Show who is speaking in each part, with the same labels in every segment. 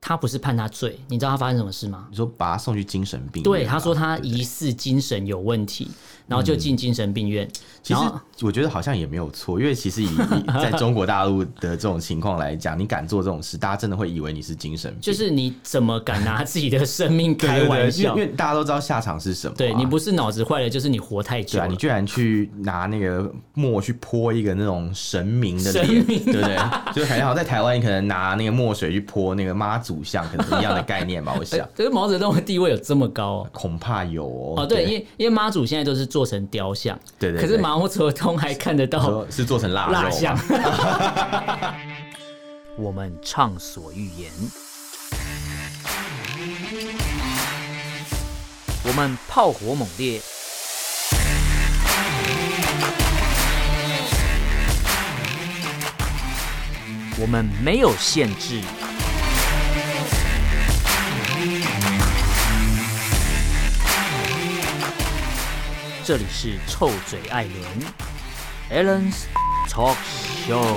Speaker 1: 他不是判他罪，你知道他发生什么事吗？
Speaker 2: 你说把他送去精神病院吧？
Speaker 1: 对，他说他
Speaker 2: 对不对啊
Speaker 1: 疑似精神有问题，然后就进精神病院。
Speaker 2: 嗯其
Speaker 1: 然
Speaker 2: 实
Speaker 1: 后
Speaker 2: 我觉得好像也没有错，因为其实以 以在中国大陆的这种情况来讲，你敢做这种事，大家真的会以为你是精神病。
Speaker 1: 就是你怎么敢拿自己的生命
Speaker 2: 对对
Speaker 1: 开
Speaker 2: 对
Speaker 1: 玩
Speaker 2: 因为
Speaker 1: 笑？
Speaker 2: 因为大家都知道下场是什么啊、
Speaker 1: 啊对你不是脑子坏了，就是你活太久
Speaker 2: 对啊，
Speaker 1: 了
Speaker 2: 你。居然去拿那个墨去泼一个那种神明的脸，
Speaker 1: 神明啊
Speaker 2: 对不对？就感觉好像在台湾，你可能拿那个墨水去泼那个妈祖像，可能一样的概念吧。我想
Speaker 1: 呃可是毛泽东的地位有这么高哦？
Speaker 2: 恐怕有哦。
Speaker 1: 哦，对，因为因为妈祖现在都是做成雕像，
Speaker 2: 对对对
Speaker 1: 可是毛泽东还看得到
Speaker 2: 说是做成腊肉
Speaker 1: 哦蜡
Speaker 2: 嘛
Speaker 1: 像。 我们畅所欲言，我们炮火猛烈，我们没有限制。这里是臭嘴艾伦 a l l e n s Talk Show。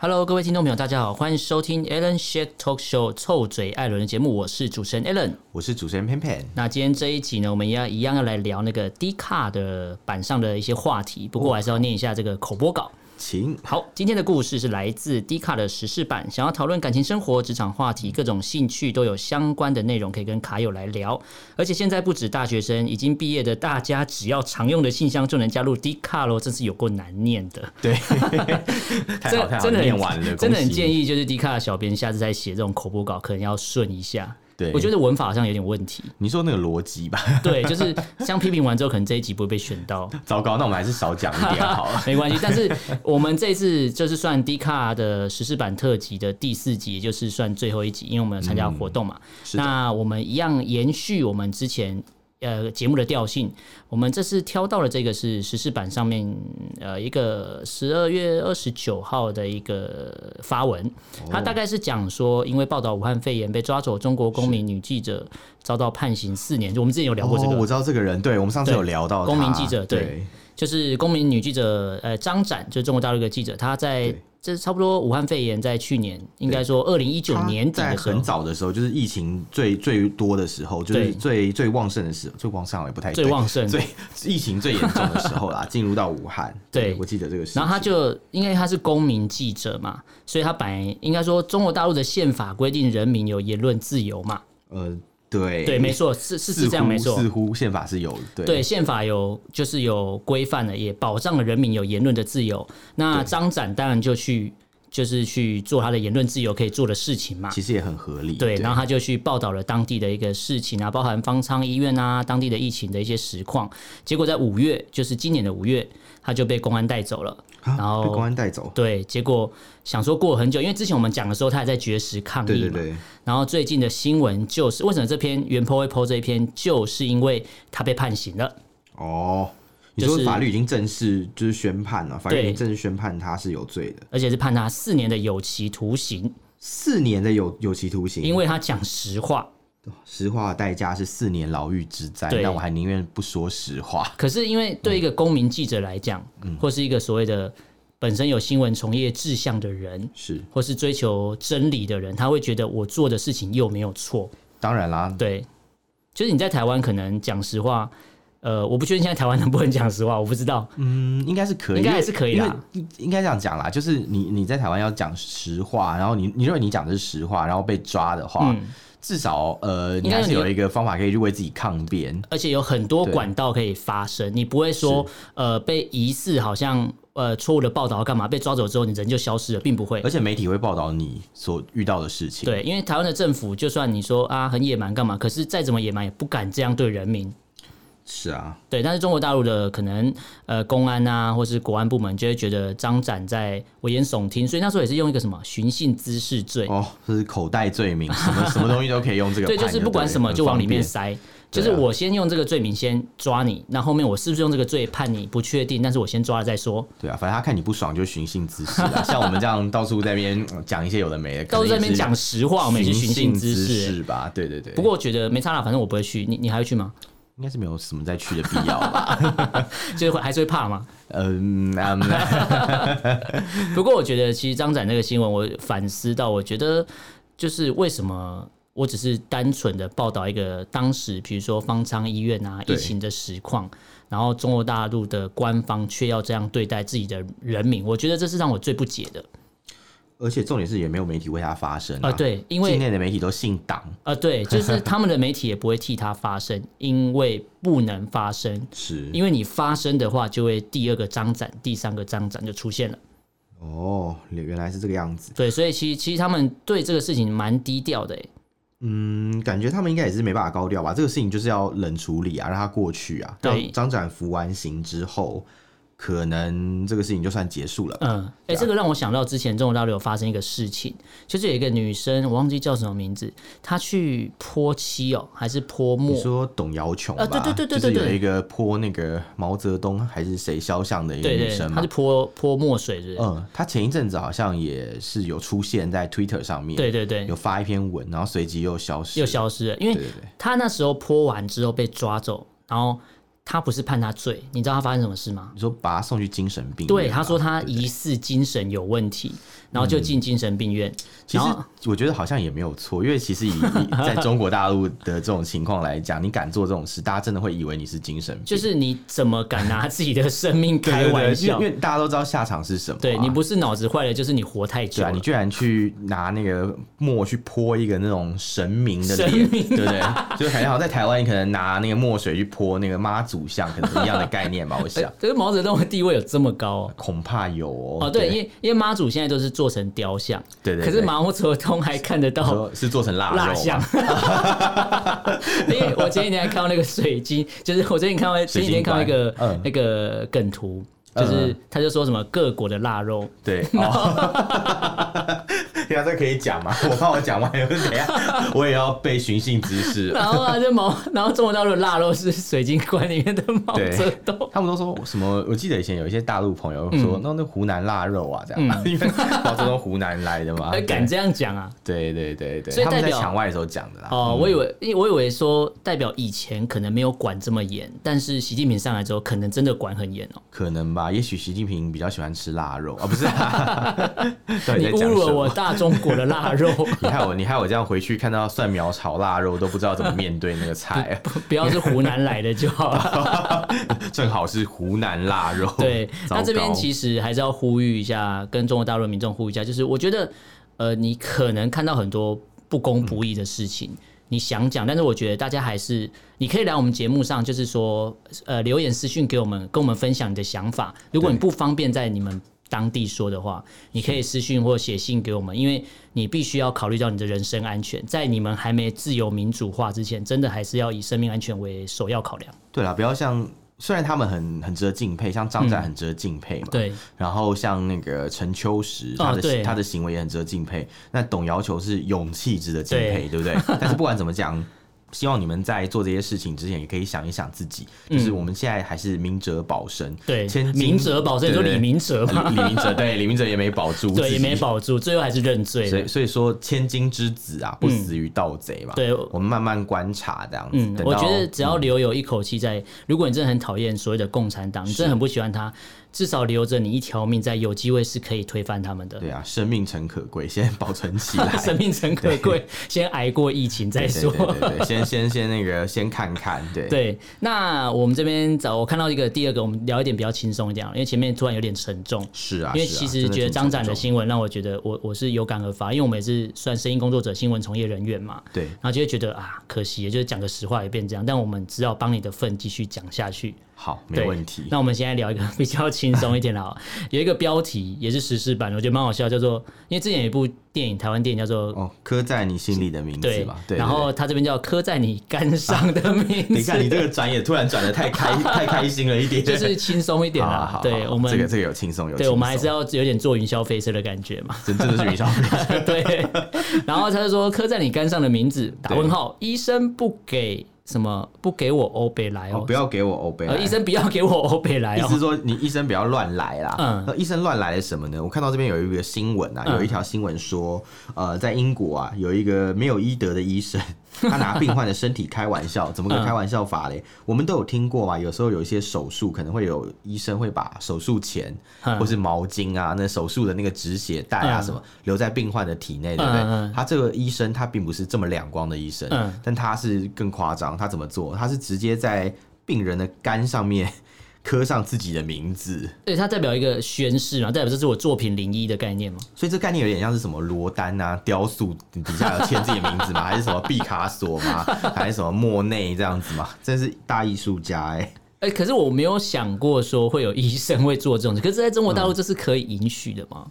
Speaker 1: Hello，各位听众朋友，大家好，欢迎收听 Alan Shit Talk Show 臭嘴艾伦的节目，我是主持人 Alan。
Speaker 2: 我是主持人 Pan Pan。
Speaker 1: 那今天这一集呢，我们要一样要来聊那个 D 卡的版上的一些话题，不过我还是要念一下这个口播稿。
Speaker 2: 请
Speaker 1: 好，今天的故事是来自 D 卡的时事版，想要讨论感情生活、职场话题，各种兴趣都有相关的内容可以跟卡友来聊。而且现在不止大学生，已经毕业的大家，只要常用的信箱就能加入 D 卡喽，真是有够难念的。
Speaker 2: 对，太好太好，
Speaker 1: 真的很
Speaker 2: 念完了，
Speaker 1: 真的很建
Speaker 2: 议。
Speaker 1: 议就是迪卡的小编下次在写这种口播稿，可能要顺一下。
Speaker 2: 对
Speaker 1: 我觉得文法好像有点问题。
Speaker 2: 你说那个逻辑吧，
Speaker 1: 对，就是像批评完之后，可能这一集不会被选到。
Speaker 2: 糟糕，那我们还是少讲一 点好了。
Speaker 1: 没关系，但是我们这次就是算 D 卡的实施版特辑的第四集，也就是算最后一集，因为我们有参加活动嘛。
Speaker 2: 嗯是的
Speaker 1: 那我们一样延续我们之前呃节目的调性，我们这次挑到的这个是实施版上面呃一个十二月二十九号的一个发文，
Speaker 2: 哦
Speaker 1: 它大概是讲说，因为报道武汉肺炎被抓走中国公民女记者遭到判刑四年，就我们之前有聊过这个，
Speaker 2: 哦，我知道这个人，对我们上次
Speaker 1: 对
Speaker 2: 有聊到
Speaker 1: 公民
Speaker 2: 他
Speaker 1: 记者对
Speaker 2: 对
Speaker 1: 就是公民女记者呃张展，就是中国大陆一个记者，她在
Speaker 2: 对
Speaker 1: 这差不多武汉肺炎在去年，应该说二零一九
Speaker 2: 他
Speaker 1: 年底
Speaker 2: 在
Speaker 1: 的时候
Speaker 2: 很，早的时候，就是疫情最最多的时候，就是
Speaker 1: 对
Speaker 2: 最最旺盛的时候，最旺盛好像也不太对
Speaker 1: 最旺盛
Speaker 2: 最疫情最严重的时候啦，进入到武汉。
Speaker 1: 对
Speaker 2: 我记得这个事情。
Speaker 1: 然后他就因为他是公民记者嘛，所以他本来应该说中国大陆的宪法规定人民有言论自由嘛，
Speaker 2: 呃，对
Speaker 1: 对，没，错，是是
Speaker 2: 似
Speaker 1: 是这样，
Speaker 2: 乎
Speaker 1: 没错
Speaker 2: 似。乎宪法是有对
Speaker 1: 对，宪法有就是有规范了，也保障了人民有言论的自由。那
Speaker 2: 对
Speaker 1: 张展当然就去就是去做他的言论自由可以做的事情嘛。
Speaker 2: 其实也很合理。
Speaker 1: 对，然后他就去报道了当地的一个事情啊，包含方舱医院啊，当地的疫情的一些实况。结果在五月，就是今年的五月，他就被公安带走了。
Speaker 2: 啊
Speaker 1: 然后
Speaker 2: 被公安带走。
Speaker 1: 对，结果想说过了很久，因为之前我们讲的时候，他还在绝食抗议嘛。
Speaker 2: 对对对，
Speaker 1: 然后最近的新闻就是，为什么这篇原 po 会 po 这一篇，就是因为他被判刑了。
Speaker 2: 哦。你
Speaker 1: 就
Speaker 2: 说
Speaker 1: 是
Speaker 2: 法律已经正式就是宣判了，法律已
Speaker 1: 对
Speaker 2: 经正式宣判他是有罪的，
Speaker 1: 而且是判他四年的有期徒刑，
Speaker 2: 四年的有有期徒刑。
Speaker 1: 因为他讲实话。
Speaker 2: 实话的代价是四年牢狱之灾，
Speaker 1: 对
Speaker 2: 那我还宁愿不说实话。
Speaker 1: 可是因为对一个公民记者来讲，
Speaker 2: 嗯
Speaker 1: 或是一个所谓的本身有新闻从业志向的人，
Speaker 2: 是，
Speaker 1: 或是追求真理的人，他会觉得我做的事情又没有错。
Speaker 2: 当然啦，
Speaker 1: 对，就是你在台湾可能讲实话，呃，我不确定现在台湾能不能讲实话，我不知道。
Speaker 2: 嗯，应该是可以，
Speaker 1: 应该还是可以啦
Speaker 2: 因为。应该这样讲啦，就是你你在台湾要讲实话，然后你你认为你讲的是实话，然后被抓的话，
Speaker 1: 嗯
Speaker 2: 至少呃，
Speaker 1: 应
Speaker 2: 你
Speaker 1: 该
Speaker 2: 还
Speaker 1: 是
Speaker 2: 是有一个方法可以去为自己抗辩。
Speaker 1: 而且有很多
Speaker 2: 对
Speaker 1: 管道可以发声，你不会说呃被疑似好像呃错误的报道干嘛被抓走之后你人就消失了，并不会
Speaker 2: 而。且媒体会报道你所遇到的事情，，
Speaker 1: 对，因为台湾的政府就算你说啊很野蛮干嘛，可是再怎么野蛮也不敢这样对人民。
Speaker 2: 是啊，
Speaker 1: 对，但是中国大陆的可能呃公安啊，或是国安部门就会觉得张展在危言耸听，所以那时候也是用一个什么寻衅滋事罪，
Speaker 2: 哦，这是口袋罪名，什 么什么东西都可以用这个
Speaker 1: 对，
Speaker 2: 判对，
Speaker 1: 就是不管什么
Speaker 2: 很
Speaker 1: 就往里面
Speaker 2: 方
Speaker 1: 塞，就是
Speaker 2: 对啊
Speaker 1: 我先用这个罪名先抓你，那后面我是不是用这个罪判你不确定，但是我先抓了再说。
Speaker 2: 便，对啊，反正他看你不爽就寻衅滋 事啊，像我们这样到处在那边呃讲一些有的没的，
Speaker 1: 到时候
Speaker 2: 可
Speaker 1: 这
Speaker 2: 能也
Speaker 1: 边
Speaker 2: 是
Speaker 1: 讲实话，我们也是
Speaker 2: 寻
Speaker 1: 寻衅滋
Speaker 2: 滋
Speaker 1: 事。
Speaker 2: 吧，对对对，
Speaker 1: 不过我觉得没差啦，反正我不会去，你你还会去吗？
Speaker 2: 应该是没有什么再去的必要吧。
Speaker 1: 就是会还是会怕嘛。
Speaker 2: 嗯，嗯
Speaker 1: 不过我觉得，其实张展这个新闻，我反思到，我觉得就是为什么我只是单纯的报道一个当时，比如说方舱医院啊
Speaker 2: 对
Speaker 1: 疫情的实况，然后中国大陆的官方却要这样对待自己的人民，我觉得这是让我最不解的。
Speaker 2: 而且重点是也没有媒体为他发声
Speaker 1: 啊、对，因
Speaker 2: 境
Speaker 1: 为
Speaker 2: 内的媒体都姓党，
Speaker 1: 啊、 对，就是他们的媒体也不会替他发声，因为不能发声。
Speaker 2: 是
Speaker 1: 因为你发声的话，就会第二个张展、第三个张展就出现了。
Speaker 2: 哦，原来是这个样子。
Speaker 1: 对，所以其实其实他们对这个事情蛮低调的、欸，
Speaker 2: 嗯，感觉他们应该也是没办法高调吧？这个事情就是要冷处理啊，让它过去啊。
Speaker 1: 对
Speaker 2: 让张展服完刑之后，可能这个事情就算结束了。
Speaker 1: 嗯，哎、这个让我想到之前中国大陆有发生一个事情，就是有一个女生，我忘记叫什么名字，她去泼漆哦，还是泼墨
Speaker 2: 你？说董瑶琼吧？
Speaker 1: 啊对对对对对
Speaker 2: 就是有
Speaker 1: 对
Speaker 2: 一个泼那个毛泽东还是谁肖像的一个
Speaker 1: 对
Speaker 2: 女
Speaker 1: 对，
Speaker 2: 生
Speaker 1: 她
Speaker 2: 嘛
Speaker 1: 是。泼泼墨水，是不是？
Speaker 2: 嗯，她前一阵子好像也是有出现在 Twitter 上面，
Speaker 1: 对对对
Speaker 2: 有，发一篇文，然后随即又消失，
Speaker 1: 又消失了，因为
Speaker 2: 对对对，
Speaker 1: 她那时候泼完之后被抓走，然后她不是判她罪，你知道她发生什么事吗？
Speaker 2: 你说把她送去精神病院吧？
Speaker 1: 对，她说她
Speaker 2: 对嗯
Speaker 1: 疑似精神有问题，然后就进精神病院，
Speaker 2: 其
Speaker 1: 然
Speaker 2: 实
Speaker 1: 后
Speaker 2: 我觉得好像也没有错，因为其实 以以在中国大陆的这种情况来讲，你敢做这种事，大家真的会以为你是精神病。
Speaker 1: 就是你怎么敢拿自己的生命
Speaker 2: 对
Speaker 1: 开
Speaker 2: 对对
Speaker 1: 玩笑？
Speaker 2: 因为因为大家都知道下场是什么、啊。
Speaker 1: 对你不是脑子坏了，就是你活太久
Speaker 2: 对啊，
Speaker 1: 了
Speaker 2: 你。居然去拿那个墨去泼一个那种神明的
Speaker 1: 神
Speaker 2: 脸，
Speaker 1: 明啊
Speaker 2: 对不对？就是很好，在台湾你可能拿那个墨水去泼那个妈祖像，可能是一样的概念吧，我想。
Speaker 1: 哎可是毛泽东的地位有这么高 哦？
Speaker 2: 恐怕有哦。
Speaker 1: 哦，对，因为因为妈祖现在都是做成雕像，
Speaker 2: 对对对啊
Speaker 1: 可是毛泽东还看得 到
Speaker 2: 说是做成腊
Speaker 1: 蜡
Speaker 2: 肉
Speaker 1: 像
Speaker 2: 嘛，，
Speaker 1: 因为我前几天还看到那个水晶，就是我最近看到前
Speaker 2: 水晶
Speaker 1: 几天看到一个、
Speaker 2: 罐嗯
Speaker 1: 那个梗图，就是
Speaker 2: 嗯
Speaker 1: 他就说什么各国的腊肉，
Speaker 2: 对。哦 等一下这可以讲吗？我怕我讲完以后，等一 下我也要被寻衅滋事。
Speaker 1: 然后啊就毛，然后中国大陆的腊肉是水晶罐里面的毛
Speaker 2: 对
Speaker 1: 泽东。
Speaker 2: 他们都说什么？我记得以前有一些大陆朋友说，
Speaker 1: 嗯
Speaker 2: 那那湖南腊肉啊，这样， 因为毛泽东湖南来的嘛。
Speaker 1: 哎敢这样讲啊？
Speaker 2: 对对对对
Speaker 1: 所以
Speaker 2: 对，他们
Speaker 1: 代
Speaker 2: 在
Speaker 1: 表
Speaker 2: 墙外的时候讲的啦。嗯
Speaker 1: 哦，我以为，因为我以为说代表以前可能没有管这么严，但是习近平上来之后，可能真的管很严哦。
Speaker 2: 可能吧，也许习近平比较喜欢吃腊肉啊，不 是、啊？到
Speaker 1: 你
Speaker 2: 底在
Speaker 1: 侮
Speaker 2: 讲
Speaker 1: 辱
Speaker 2: 什
Speaker 1: 了
Speaker 2: 么
Speaker 1: 我？大中国的腊肉，
Speaker 2: 你害我，你害我这样回去看到蒜苗炒腊肉都不知道怎么面对那个菜，
Speaker 1: 不要是湖南来的就好了。
Speaker 2: 正好是湖南腊肉。
Speaker 1: 对，
Speaker 2: 糟
Speaker 1: 那这边
Speaker 2: 糕
Speaker 1: 其实还是要呼吁一下，跟中国大陆的民众呼吁一下，就是我觉得，呃，你可能看到很多不公不义的事情。你想讲，但是我觉得大家还是，你可以来我们节目上，就是说，呃，留言私讯给我们，跟我们分享你的想法。如果你不方便在你们当地说的话，你可以私讯或写信给我们，因为你必须要考虑到你的人身安全，在你们还没自由民主化之前，真的还是要以生命安全为首要考量。
Speaker 2: 对啦，不要像虽然他们很很值得敬佩，像张展很值得敬佩嘛，，
Speaker 1: 对，
Speaker 2: 然后像那个陈秋实，他的、
Speaker 1: 哦对
Speaker 2: 他的行为也很值得敬佩。那董瑶球是勇气值得敬
Speaker 1: 对
Speaker 2: 佩，对不 对？但是不管怎么讲。希望你们在做这些事情之前，也可以想一想自己，就是我们现在还是明哲保身，
Speaker 1: 嗯对
Speaker 2: 千，金
Speaker 1: 明哲保身，你说
Speaker 2: 对对
Speaker 1: 李明哲
Speaker 2: 呃
Speaker 1: 吗？
Speaker 2: 李李明哲对李明哲也没保住，
Speaker 1: 对，也没，保住，最后还是认罪
Speaker 2: 所
Speaker 1: 了
Speaker 2: 以。所以说千金之子啊，不死于盗贼嘛。
Speaker 1: 嗯对
Speaker 2: 我们慢慢观察这样子，
Speaker 1: 嗯，
Speaker 2: 等
Speaker 1: 我
Speaker 2: 到
Speaker 1: 觉得只要留有一口气在，如果你真的很讨厌所谓的共产党，你真的很不喜欢他，至少留着你一条命，在有机会是可以推翻他们的。。
Speaker 2: 对啊，生命诚可贵，先保存起来
Speaker 1: 生命诚可贵，先挨过疫情再
Speaker 2: 对
Speaker 1: 说。
Speaker 2: 对对对对，先先先那个，先看看，对
Speaker 1: 对，那我们这边找我看到一个第二个，我们聊一点比较轻松一点啊，因为前面突然有点沉重。
Speaker 2: 是啊，
Speaker 1: 因为
Speaker 2: 是啊
Speaker 1: 其实
Speaker 2: 真
Speaker 1: 觉得
Speaker 2: 挺
Speaker 1: 张展的
Speaker 2: 沉重
Speaker 1: 新闻让我觉得我我是有感而发，因为我们也是算声音工作者、新闻从业人员嘛，
Speaker 2: 对
Speaker 1: 然后就会觉得啊，可惜，就是讲个实话也变这样，但我们只好帮你的份继续讲下去。
Speaker 2: 好，没
Speaker 1: 对，
Speaker 2: 问题。
Speaker 1: 那我们现在聊一个 比较轻松一点的好了，有一个标题也是时事版的，我觉得蛮好笑，叫做因为之前有一部电影，台湾电影叫做。
Speaker 2: 哦，刻在你心里的名字
Speaker 1: 对
Speaker 2: 吧。对，
Speaker 1: 然
Speaker 2: 对
Speaker 1: 后他这边叫刻在你肝上的 名字，
Speaker 2: 对你看你这个转也突然转的太 开太开心了一点，
Speaker 1: 就是轻松一点
Speaker 2: 好 好
Speaker 1: 啦
Speaker 2: 好。
Speaker 1: 对
Speaker 2: 好
Speaker 1: 我们，
Speaker 2: 这个这个有轻松有轻松，
Speaker 1: 对我们还是要有点坐云霄飞车的感觉嘛。
Speaker 2: 真真的是云霄飞车
Speaker 1: 对，然后他就说刻在你肝上的名字，打
Speaker 2: 对
Speaker 1: 问号，医生不给什么，不给我欧北来
Speaker 2: 哦
Speaker 1: 哦，
Speaker 2: 不要给我欧贝莱
Speaker 1: 呃，医生不要给我欧北来
Speaker 2: 意思是
Speaker 1: 哦，
Speaker 2: 说你医生不要乱来啦。
Speaker 1: 嗯
Speaker 2: 那医生乱来了什么呢？我看到这边有一个新闻啊，
Speaker 1: 嗯
Speaker 2: 有一条新闻说，呃，在英国啊，有一个没有医德的医生，他拿病患的身体开玩笑，怎么个开玩笑法
Speaker 1: 嗯
Speaker 2: 嘞？我们都有听过嘛，啊有时候有一些手术可能会有医生会把手术前
Speaker 1: 嗯
Speaker 2: 或是毛巾啊，那手术的那个止血带啊
Speaker 1: 嗯
Speaker 2: 什么留在病患的体内，对不
Speaker 1: 嗯嗯
Speaker 2: 对？他这个医生他并不是这么两光的医生
Speaker 1: 嗯，
Speaker 2: 但他是更夸张，他怎么做？他是直接在病人的肝上面刻上自己的名字。
Speaker 1: 对，它代表一个宣誓嘛，代表这是我作品零一的概念嘛。
Speaker 2: 所以这概念有点像是什么罗丹啊，雕塑底下有签自己的名字吗？还是什么毕卡索吗？还是什么莫内这样子吗？真是大艺术家哎、
Speaker 1: 哎、可是我没有想过说会有医生会做这种事，可是在中国大陆这是可以允许的吗？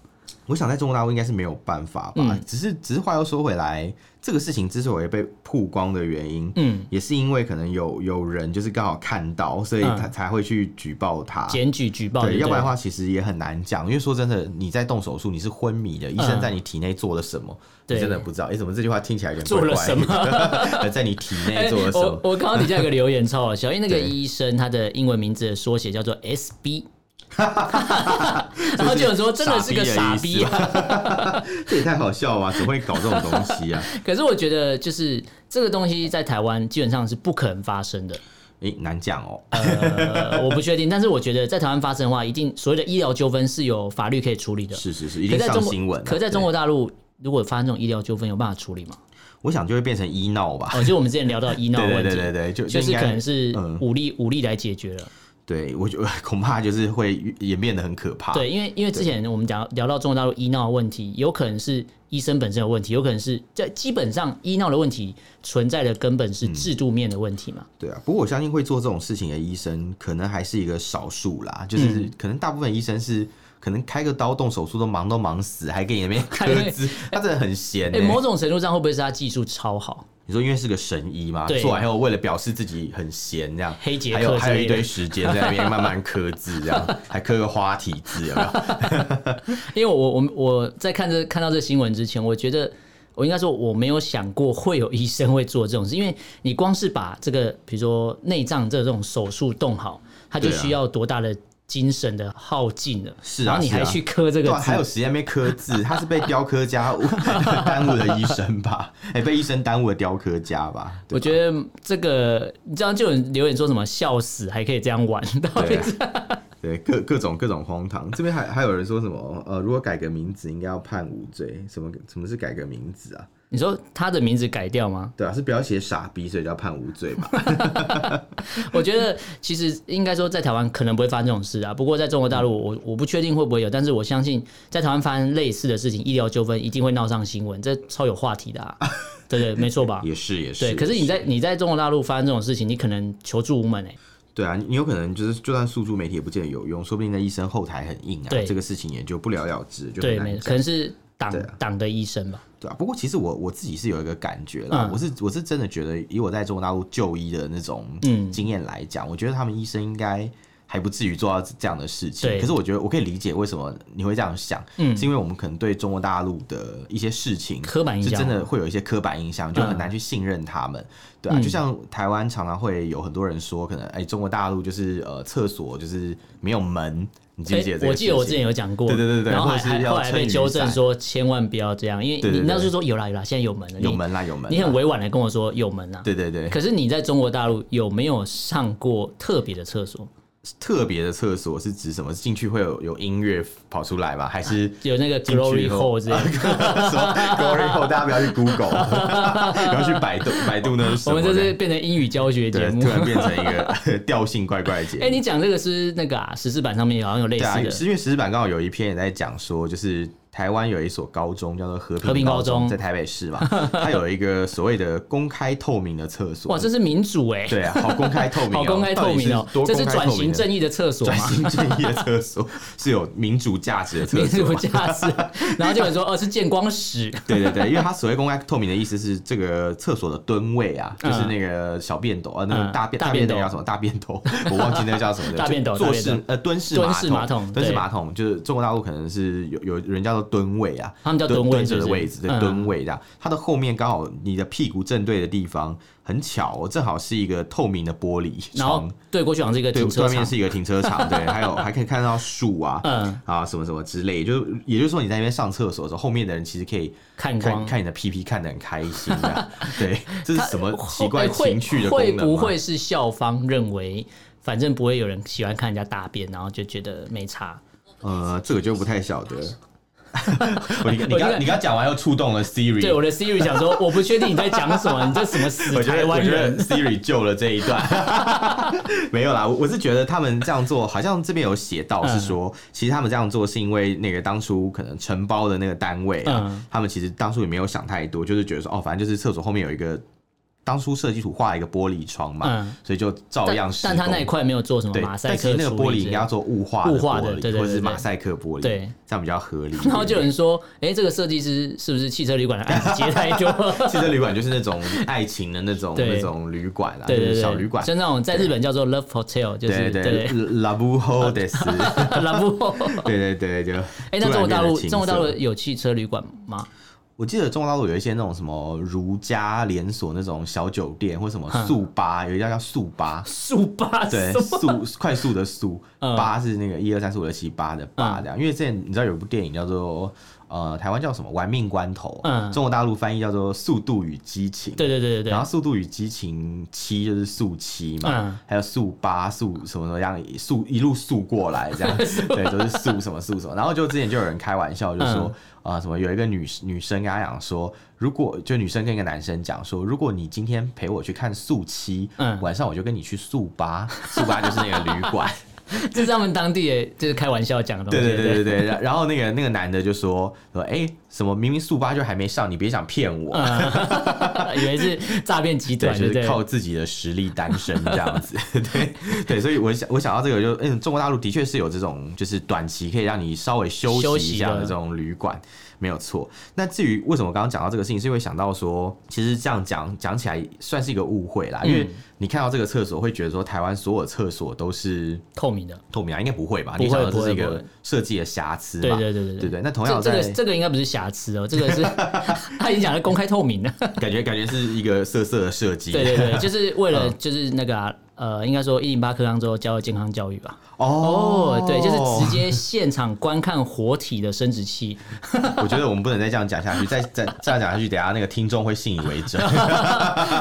Speaker 2: 我想在中国大陆应该是没有办法吧。
Speaker 1: 嗯
Speaker 2: 只是只是话又说回来，这个事情之所以被曝光的原因，
Speaker 1: 嗯，
Speaker 2: 也是因为可能有有人就是刚好看到，所以
Speaker 1: 嗯
Speaker 2: 他才会去举报他。
Speaker 1: 检举举报
Speaker 2: 对，要不然的
Speaker 1: 话，
Speaker 2: 话其实也很难讲，因为说真的，你在动手术，你是昏迷的，医生在你体内做了什么，
Speaker 1: 嗯对
Speaker 2: 你真的不知道。哎、怎么这句话听起来有点
Speaker 1: 做
Speaker 2: 怪
Speaker 1: 了
Speaker 2: 怪
Speaker 1: 什么
Speaker 2: 么？ 在你体内做了什么
Speaker 1: 哎 我？我刚刚底下有个留言超好 笑，因为那个
Speaker 2: 对
Speaker 1: 医生他的英文名字的缩写叫做 SB，然哎后就有人说真的是个傻逼啊！
Speaker 2: 啊！ 这也太好笑了吧？怎么会搞这种东西啊？
Speaker 1: 可是我觉得就是这个东西在台湾基本上是不可能发生的，
Speaker 2: 哎、难讲哦、
Speaker 1: 呃，我不确定，但是我觉得在台湾发生的话，一定所谓的医疗纠纷是有法律可以处理的。
Speaker 2: 是是是，一
Speaker 1: 可
Speaker 2: 定
Speaker 1: 在
Speaker 2: 上
Speaker 1: 中
Speaker 2: 新
Speaker 1: 国
Speaker 2: 闻啊。，
Speaker 1: 可在中国大陆。如果发生这种医疗纠纷，有办法处理吗？
Speaker 2: 对，我想就会变成医闹吧。
Speaker 1: 哦，就我们之前聊到 医闹
Speaker 2: 对
Speaker 1: 的
Speaker 2: 对
Speaker 1: 问题，
Speaker 2: 对对对，就
Speaker 1: 就是
Speaker 2: 应该
Speaker 1: 可能是
Speaker 2: 嗯
Speaker 1: 武力、武力来解决了。
Speaker 2: 对我觉得恐怕就是 会演变得很可怕。
Speaker 1: 对，因为因为之前我们讲聊到中国大陆医闹的问题，有可能是医生本身有问题，有可能是这基本上医闹的问题存在的根本是
Speaker 2: 嗯
Speaker 1: 制度面的问题嘛。
Speaker 2: 对啊，不过我相信会做这种事情的医生，可能还是一个少数啦。就是
Speaker 1: 嗯
Speaker 2: 可能大部分医生是可能开个刀动手术都忙都忙死，还给你那边
Speaker 1: 对
Speaker 2: 科兹，他真的很闲、
Speaker 1: 哎、
Speaker 2: 欸。
Speaker 1: 某种程度上会不会是他技术超好？
Speaker 2: 你说因为是个神医嘛，
Speaker 1: 对
Speaker 2: 做完以后为了表示自己很闲这样，
Speaker 1: 黑杰克
Speaker 2: 还
Speaker 1: 之类的
Speaker 2: 有还有一堆时间在那边慢慢刻字 这样，还刻个花体字有没有？
Speaker 1: 因为我我我在看这看到这新闻之前，我觉得我应该说我没有想过会有医生会做这种事，因为你光是把这个比如说内脏这种手术动好，它就
Speaker 2: 对啊
Speaker 1: 需要多大的精神的耗尽了，
Speaker 2: 是啊
Speaker 1: 然后你
Speaker 2: 是啊
Speaker 1: 还去磕这个字，
Speaker 2: 对啊，还有时间在那边刻字，他是被雕刻家误 耽误了医生吧？哎、被医生耽误了雕刻家吧？对
Speaker 1: 我觉得这个，你知道就有人留言说什么笑死，还可以这样玩，到底
Speaker 2: 对啊
Speaker 1: 是
Speaker 2: 对，各各种各种荒唐。这边还还有人说什么呃，如果改个名字应该要判无罪，什么什么是改个名字啊？
Speaker 1: 你说他的名字改掉吗？
Speaker 2: 对啊，是不要写傻逼，所以叫判无罪吧？
Speaker 1: 我觉得其实应该说在台湾可能不会发生这种事啊，不过在中国大陆我我不确定会不会有，但是我相信在台湾发生类似的事情，医疗纠纷一定会闹上新闻，这超有话题的、 啊，对不对？没错吧？
Speaker 2: 也 是也是。
Speaker 1: 对，可是你在你在中国大陆发生这种事情，你可能求助无门哎、
Speaker 2: 对啊，你你有可能就是就算诉诸媒体也不见得有用，说不定那医生后台很硬啊，
Speaker 1: 对
Speaker 2: 这个事情也就不了了之，就很
Speaker 1: 对，
Speaker 2: 难
Speaker 1: 没
Speaker 2: 讲
Speaker 1: 可能是党
Speaker 2: 对啊
Speaker 1: 党的医生吧，
Speaker 2: 对啊，不过其实我我自己是有一个感觉啦，
Speaker 1: 嗯
Speaker 2: 我是我是真的觉得，以我在中国大陆就医的那种
Speaker 1: 嗯
Speaker 2: 经验来讲，我觉得他们医生应该还不至于做到这样的事情
Speaker 1: 对。
Speaker 2: 可是我觉得我可以理解为什么你会这样想，
Speaker 1: 嗯
Speaker 2: 是因为我们可能对中国大陆的一些事情
Speaker 1: 刻板印
Speaker 2: 是
Speaker 1: 象嗯
Speaker 2: 真的会有一些刻板印象，就很难去信任他们。对啊，就像台湾常常会有很多人说，可能哎、中国大陆就是呃厕所就是没有门，你记不记得
Speaker 1: 诶
Speaker 2: 这
Speaker 1: 哎我
Speaker 2: 个事情？
Speaker 1: 记得我之前有讲过，
Speaker 2: 对对对对
Speaker 1: 然后还
Speaker 2: 或者是
Speaker 1: 还
Speaker 2: 要
Speaker 1: 后来被
Speaker 2: 撑雨
Speaker 1: 纠正
Speaker 2: 伞
Speaker 1: 说千万不要这样，因为
Speaker 2: 对
Speaker 1: 你
Speaker 2: 对对
Speaker 1: 那时候说有啦有啦，现在有门了，
Speaker 2: 有
Speaker 1: 你
Speaker 2: 门啦，有门啦，
Speaker 1: 你很委婉的跟我说有门啊啦，
Speaker 2: 对对对，
Speaker 1: 可是你在中国大陆有没有上过特别的厕所？
Speaker 2: 特别的厕所是指什么？进去会有有音乐跑出来吗？还是
Speaker 1: 有那个
Speaker 2: 进去
Speaker 1: Glory
Speaker 2: 以后啊
Speaker 1: Hole 之类的，
Speaker 2: 什么 glory hole？大家不要去 Google，不要去百度，百度那是什
Speaker 1: 我
Speaker 2: 么？
Speaker 1: 们这是变成英语教学节
Speaker 2: 对，
Speaker 1: 目
Speaker 2: 突。然变成一 个调性怪怪的节目。
Speaker 1: 哎，你讲这个是那个啊，十字版上面好像有类
Speaker 2: 对啊，
Speaker 1: 似的，
Speaker 2: 是因为石板刚好有一篇也在讲说，就是台湾有一所高中叫做和
Speaker 1: 和平
Speaker 2: 平
Speaker 1: 高
Speaker 2: 高
Speaker 1: 中
Speaker 2: 在台北市嘛，它有一个所谓的公开透明的厕所。
Speaker 1: 哇，这是民主哎，
Speaker 2: 对啊，好公开透明、哦，
Speaker 1: 好公开透明哦
Speaker 2: 到，底
Speaker 1: 这
Speaker 2: 是
Speaker 1: 是
Speaker 2: 多公开透明
Speaker 1: 转
Speaker 2: 呢
Speaker 1: 型正义的厕所
Speaker 2: 转
Speaker 1: 吗？
Speaker 2: 型正义的厕所是有民主价值的厕
Speaker 1: 民
Speaker 2: 所
Speaker 1: 主价
Speaker 2: 吗，
Speaker 1: 值，然后就有人说哦是见光死，
Speaker 2: 对对对，因为它所谓公开透明的意思是，这个厕所的蹲位啊，
Speaker 1: 嗯
Speaker 2: 就是那个小便斗啊，那
Speaker 1: 嗯
Speaker 2: 个大便
Speaker 1: 大
Speaker 2: 大
Speaker 1: 便
Speaker 2: 便
Speaker 1: 斗
Speaker 2: 斗叫什么？大便斗， 我忘记那个叫什么了。
Speaker 1: 大便斗
Speaker 2: 就坐
Speaker 1: 大便
Speaker 2: 式呃蹲式
Speaker 1: 蹲式马
Speaker 2: 马
Speaker 1: 桶
Speaker 2: 蹲式
Speaker 1: 对
Speaker 2: 马桶就是中国大陆可能是有有人叫做叫蹲位啊，
Speaker 1: 他们叫蹲位
Speaker 2: 着
Speaker 1: 是
Speaker 2: 的
Speaker 1: 不是
Speaker 2: 位置，对，
Speaker 1: 嗯
Speaker 2: 蹲位的啊。它的后面刚好你的屁股正对的地方，很巧哦，正好是一个透明的玻璃
Speaker 1: 然后
Speaker 2: 窗，
Speaker 1: 对过去好像是一个
Speaker 2: 对，
Speaker 1: 停车
Speaker 2: 对面
Speaker 1: 场，
Speaker 2: 是一个停 车场，对，还有还可以看到树啊，
Speaker 1: 嗯，
Speaker 2: 啊什么什么之类，就也就是说你在那边上厕所的时候，后面的人其实可以
Speaker 1: 看
Speaker 2: 看
Speaker 1: 光。
Speaker 2: 看你的屁屁看得很开心 啊，对，这是
Speaker 1: 他
Speaker 2: 什么
Speaker 1: 呃会哎
Speaker 2: 奇怪
Speaker 1: 会
Speaker 2: 情趣的功
Speaker 1: 会
Speaker 2: 能
Speaker 1: 不
Speaker 2: 吗
Speaker 1: 会是校方认为，反正不会有人喜欢看人家大便，然后就觉得没差？
Speaker 2: 呃，这个就不 太晓得。
Speaker 1: 我
Speaker 2: 我你你
Speaker 1: 觉得
Speaker 2: 刚你刚讲完又触动了 Siri，
Speaker 1: 对，我的 Siri 想 说，我不确定你在讲什么，你这什么
Speaker 2: 我
Speaker 1: 死
Speaker 2: 觉
Speaker 1: 台
Speaker 2: 得我
Speaker 1: 湾
Speaker 2: 觉
Speaker 1: 人
Speaker 2: 得？Siri 救了这一段， 没有啦，我我是觉得他们这样做，好像这边有写到是说，
Speaker 1: 嗯
Speaker 2: 其实他们这样做是因为那个当初可能承包的那个单位啊，
Speaker 1: 嗯
Speaker 2: 他们其实当初也没有想太多，就是觉得说哦，反正就是厕所后面有一个。当初设计图画了一个玻璃窗嘛，
Speaker 1: 嗯
Speaker 2: 所以就照样
Speaker 1: 但
Speaker 2: 施
Speaker 1: 但他那一
Speaker 2: 工
Speaker 1: 块没有做什么
Speaker 2: 对
Speaker 1: 哦马，赛
Speaker 2: 但其
Speaker 1: 克
Speaker 2: 实那
Speaker 1: 处
Speaker 2: 个玻
Speaker 1: 理之
Speaker 2: 璃应
Speaker 1: 类
Speaker 2: 该要做雾化
Speaker 1: 雾
Speaker 2: 的
Speaker 1: 化
Speaker 2: 玻
Speaker 1: 的
Speaker 2: 璃，
Speaker 1: 对对
Speaker 2: 或者
Speaker 1: 对对
Speaker 2: 是马赛克玻璃，
Speaker 1: 对
Speaker 2: 这样比较合理一点。
Speaker 1: 然后就有人说，哎、这个设计师是不是汽车旅馆的案子接太多？
Speaker 2: 汽车旅馆就是那种爱情的那种
Speaker 1: 对
Speaker 2: 那种旅馆啊，就
Speaker 1: 对对
Speaker 2: 是
Speaker 1: 对，
Speaker 2: 小旅馆。
Speaker 1: 就那种在日本叫做 love hotel，就是
Speaker 2: 对
Speaker 1: 对
Speaker 2: 对，Love Holidays，
Speaker 1: 拉 布。
Speaker 2: 对对对对。
Speaker 1: 哎、那中国大陆，
Speaker 2: 突然变得青涩
Speaker 1: 中国大陆有汽车旅馆吗？
Speaker 2: 我记得中国大陆有一些那种什么儒家连锁那种小酒店，或什么
Speaker 1: 嗯
Speaker 2: 速八，有一家叫 速八，
Speaker 1: 速八
Speaker 2: 对，速快速的速，
Speaker 1: 嗯
Speaker 2: 八是那个一二三四五六七八的八
Speaker 1: 嗯
Speaker 2: 这样。因为之前你知道有一部电影叫做呃，台湾叫什么《玩命关头》，
Speaker 1: 嗯
Speaker 2: 中国大陆翻译叫做《速度与激情》。
Speaker 1: 对对对对对
Speaker 2: 然后《速度与激情七》就是速七嘛，
Speaker 1: 嗯
Speaker 2: 还有速八、速什么什么样，速一路速过来这样，对，就是 速什么速什么。然后就之前就有人开玩笑就说，啊、什么有一个女女生跟他讲说，如果就女生跟一个男生讲说，如果你今天陪我去看速七，
Speaker 1: 嗯
Speaker 2: 晚上我就跟你去速八，速八 就是那个旅馆。
Speaker 1: 这是他们当地的，就是开玩笑讲的东
Speaker 2: 对
Speaker 1: 西。
Speaker 2: 对对对对，然然后那个那个男的就说说，哎、什么明明速八就还没上，你别想骗我。
Speaker 1: 对，以 为是诈骗集
Speaker 2: 对，
Speaker 1: 团，对不
Speaker 2: 就是
Speaker 1: 对？
Speaker 2: 靠自己的实力单身这样子。 对对，所以我想我想到这个就，嗯，中国大陆的确是有这种，就是短期可以让你稍微休
Speaker 1: 休
Speaker 2: 息
Speaker 1: 息
Speaker 2: 一下的
Speaker 1: 的
Speaker 2: 这种旅馆，没有错。那至于为什么刚刚讲到这个事情，是因为想到说，其实这样讲讲起来算是一个误会啦，因为
Speaker 1: 嗯
Speaker 2: 你看到这个厕所会觉得说，台湾所有厕所都是
Speaker 1: 透明的。
Speaker 2: 透明啊，应该不会吧？
Speaker 1: 不会
Speaker 2: 你想到这是一
Speaker 1: 不会
Speaker 2: 个
Speaker 1: 不
Speaker 2: 设计的瑕疵
Speaker 1: 对
Speaker 2: 嘛？
Speaker 1: 对对对
Speaker 2: 对对，那同样
Speaker 1: 这这
Speaker 2: 在
Speaker 1: 个这个应该不是瑕疵哦，这个 是他已经讲的公开透明了。
Speaker 2: 感觉感觉是一个色色的设计，
Speaker 1: 对对对，就是为
Speaker 2: 嗯
Speaker 1: 了就是那个啊呃，应该说一零八课纲之后教的健康教育吧。
Speaker 2: 哦
Speaker 1: 哦，对，就是直接现场观看活体的生殖器，
Speaker 2: 我觉得我们不能再这样讲下去， 再再这样讲下去，等一下那个听众会信以为真。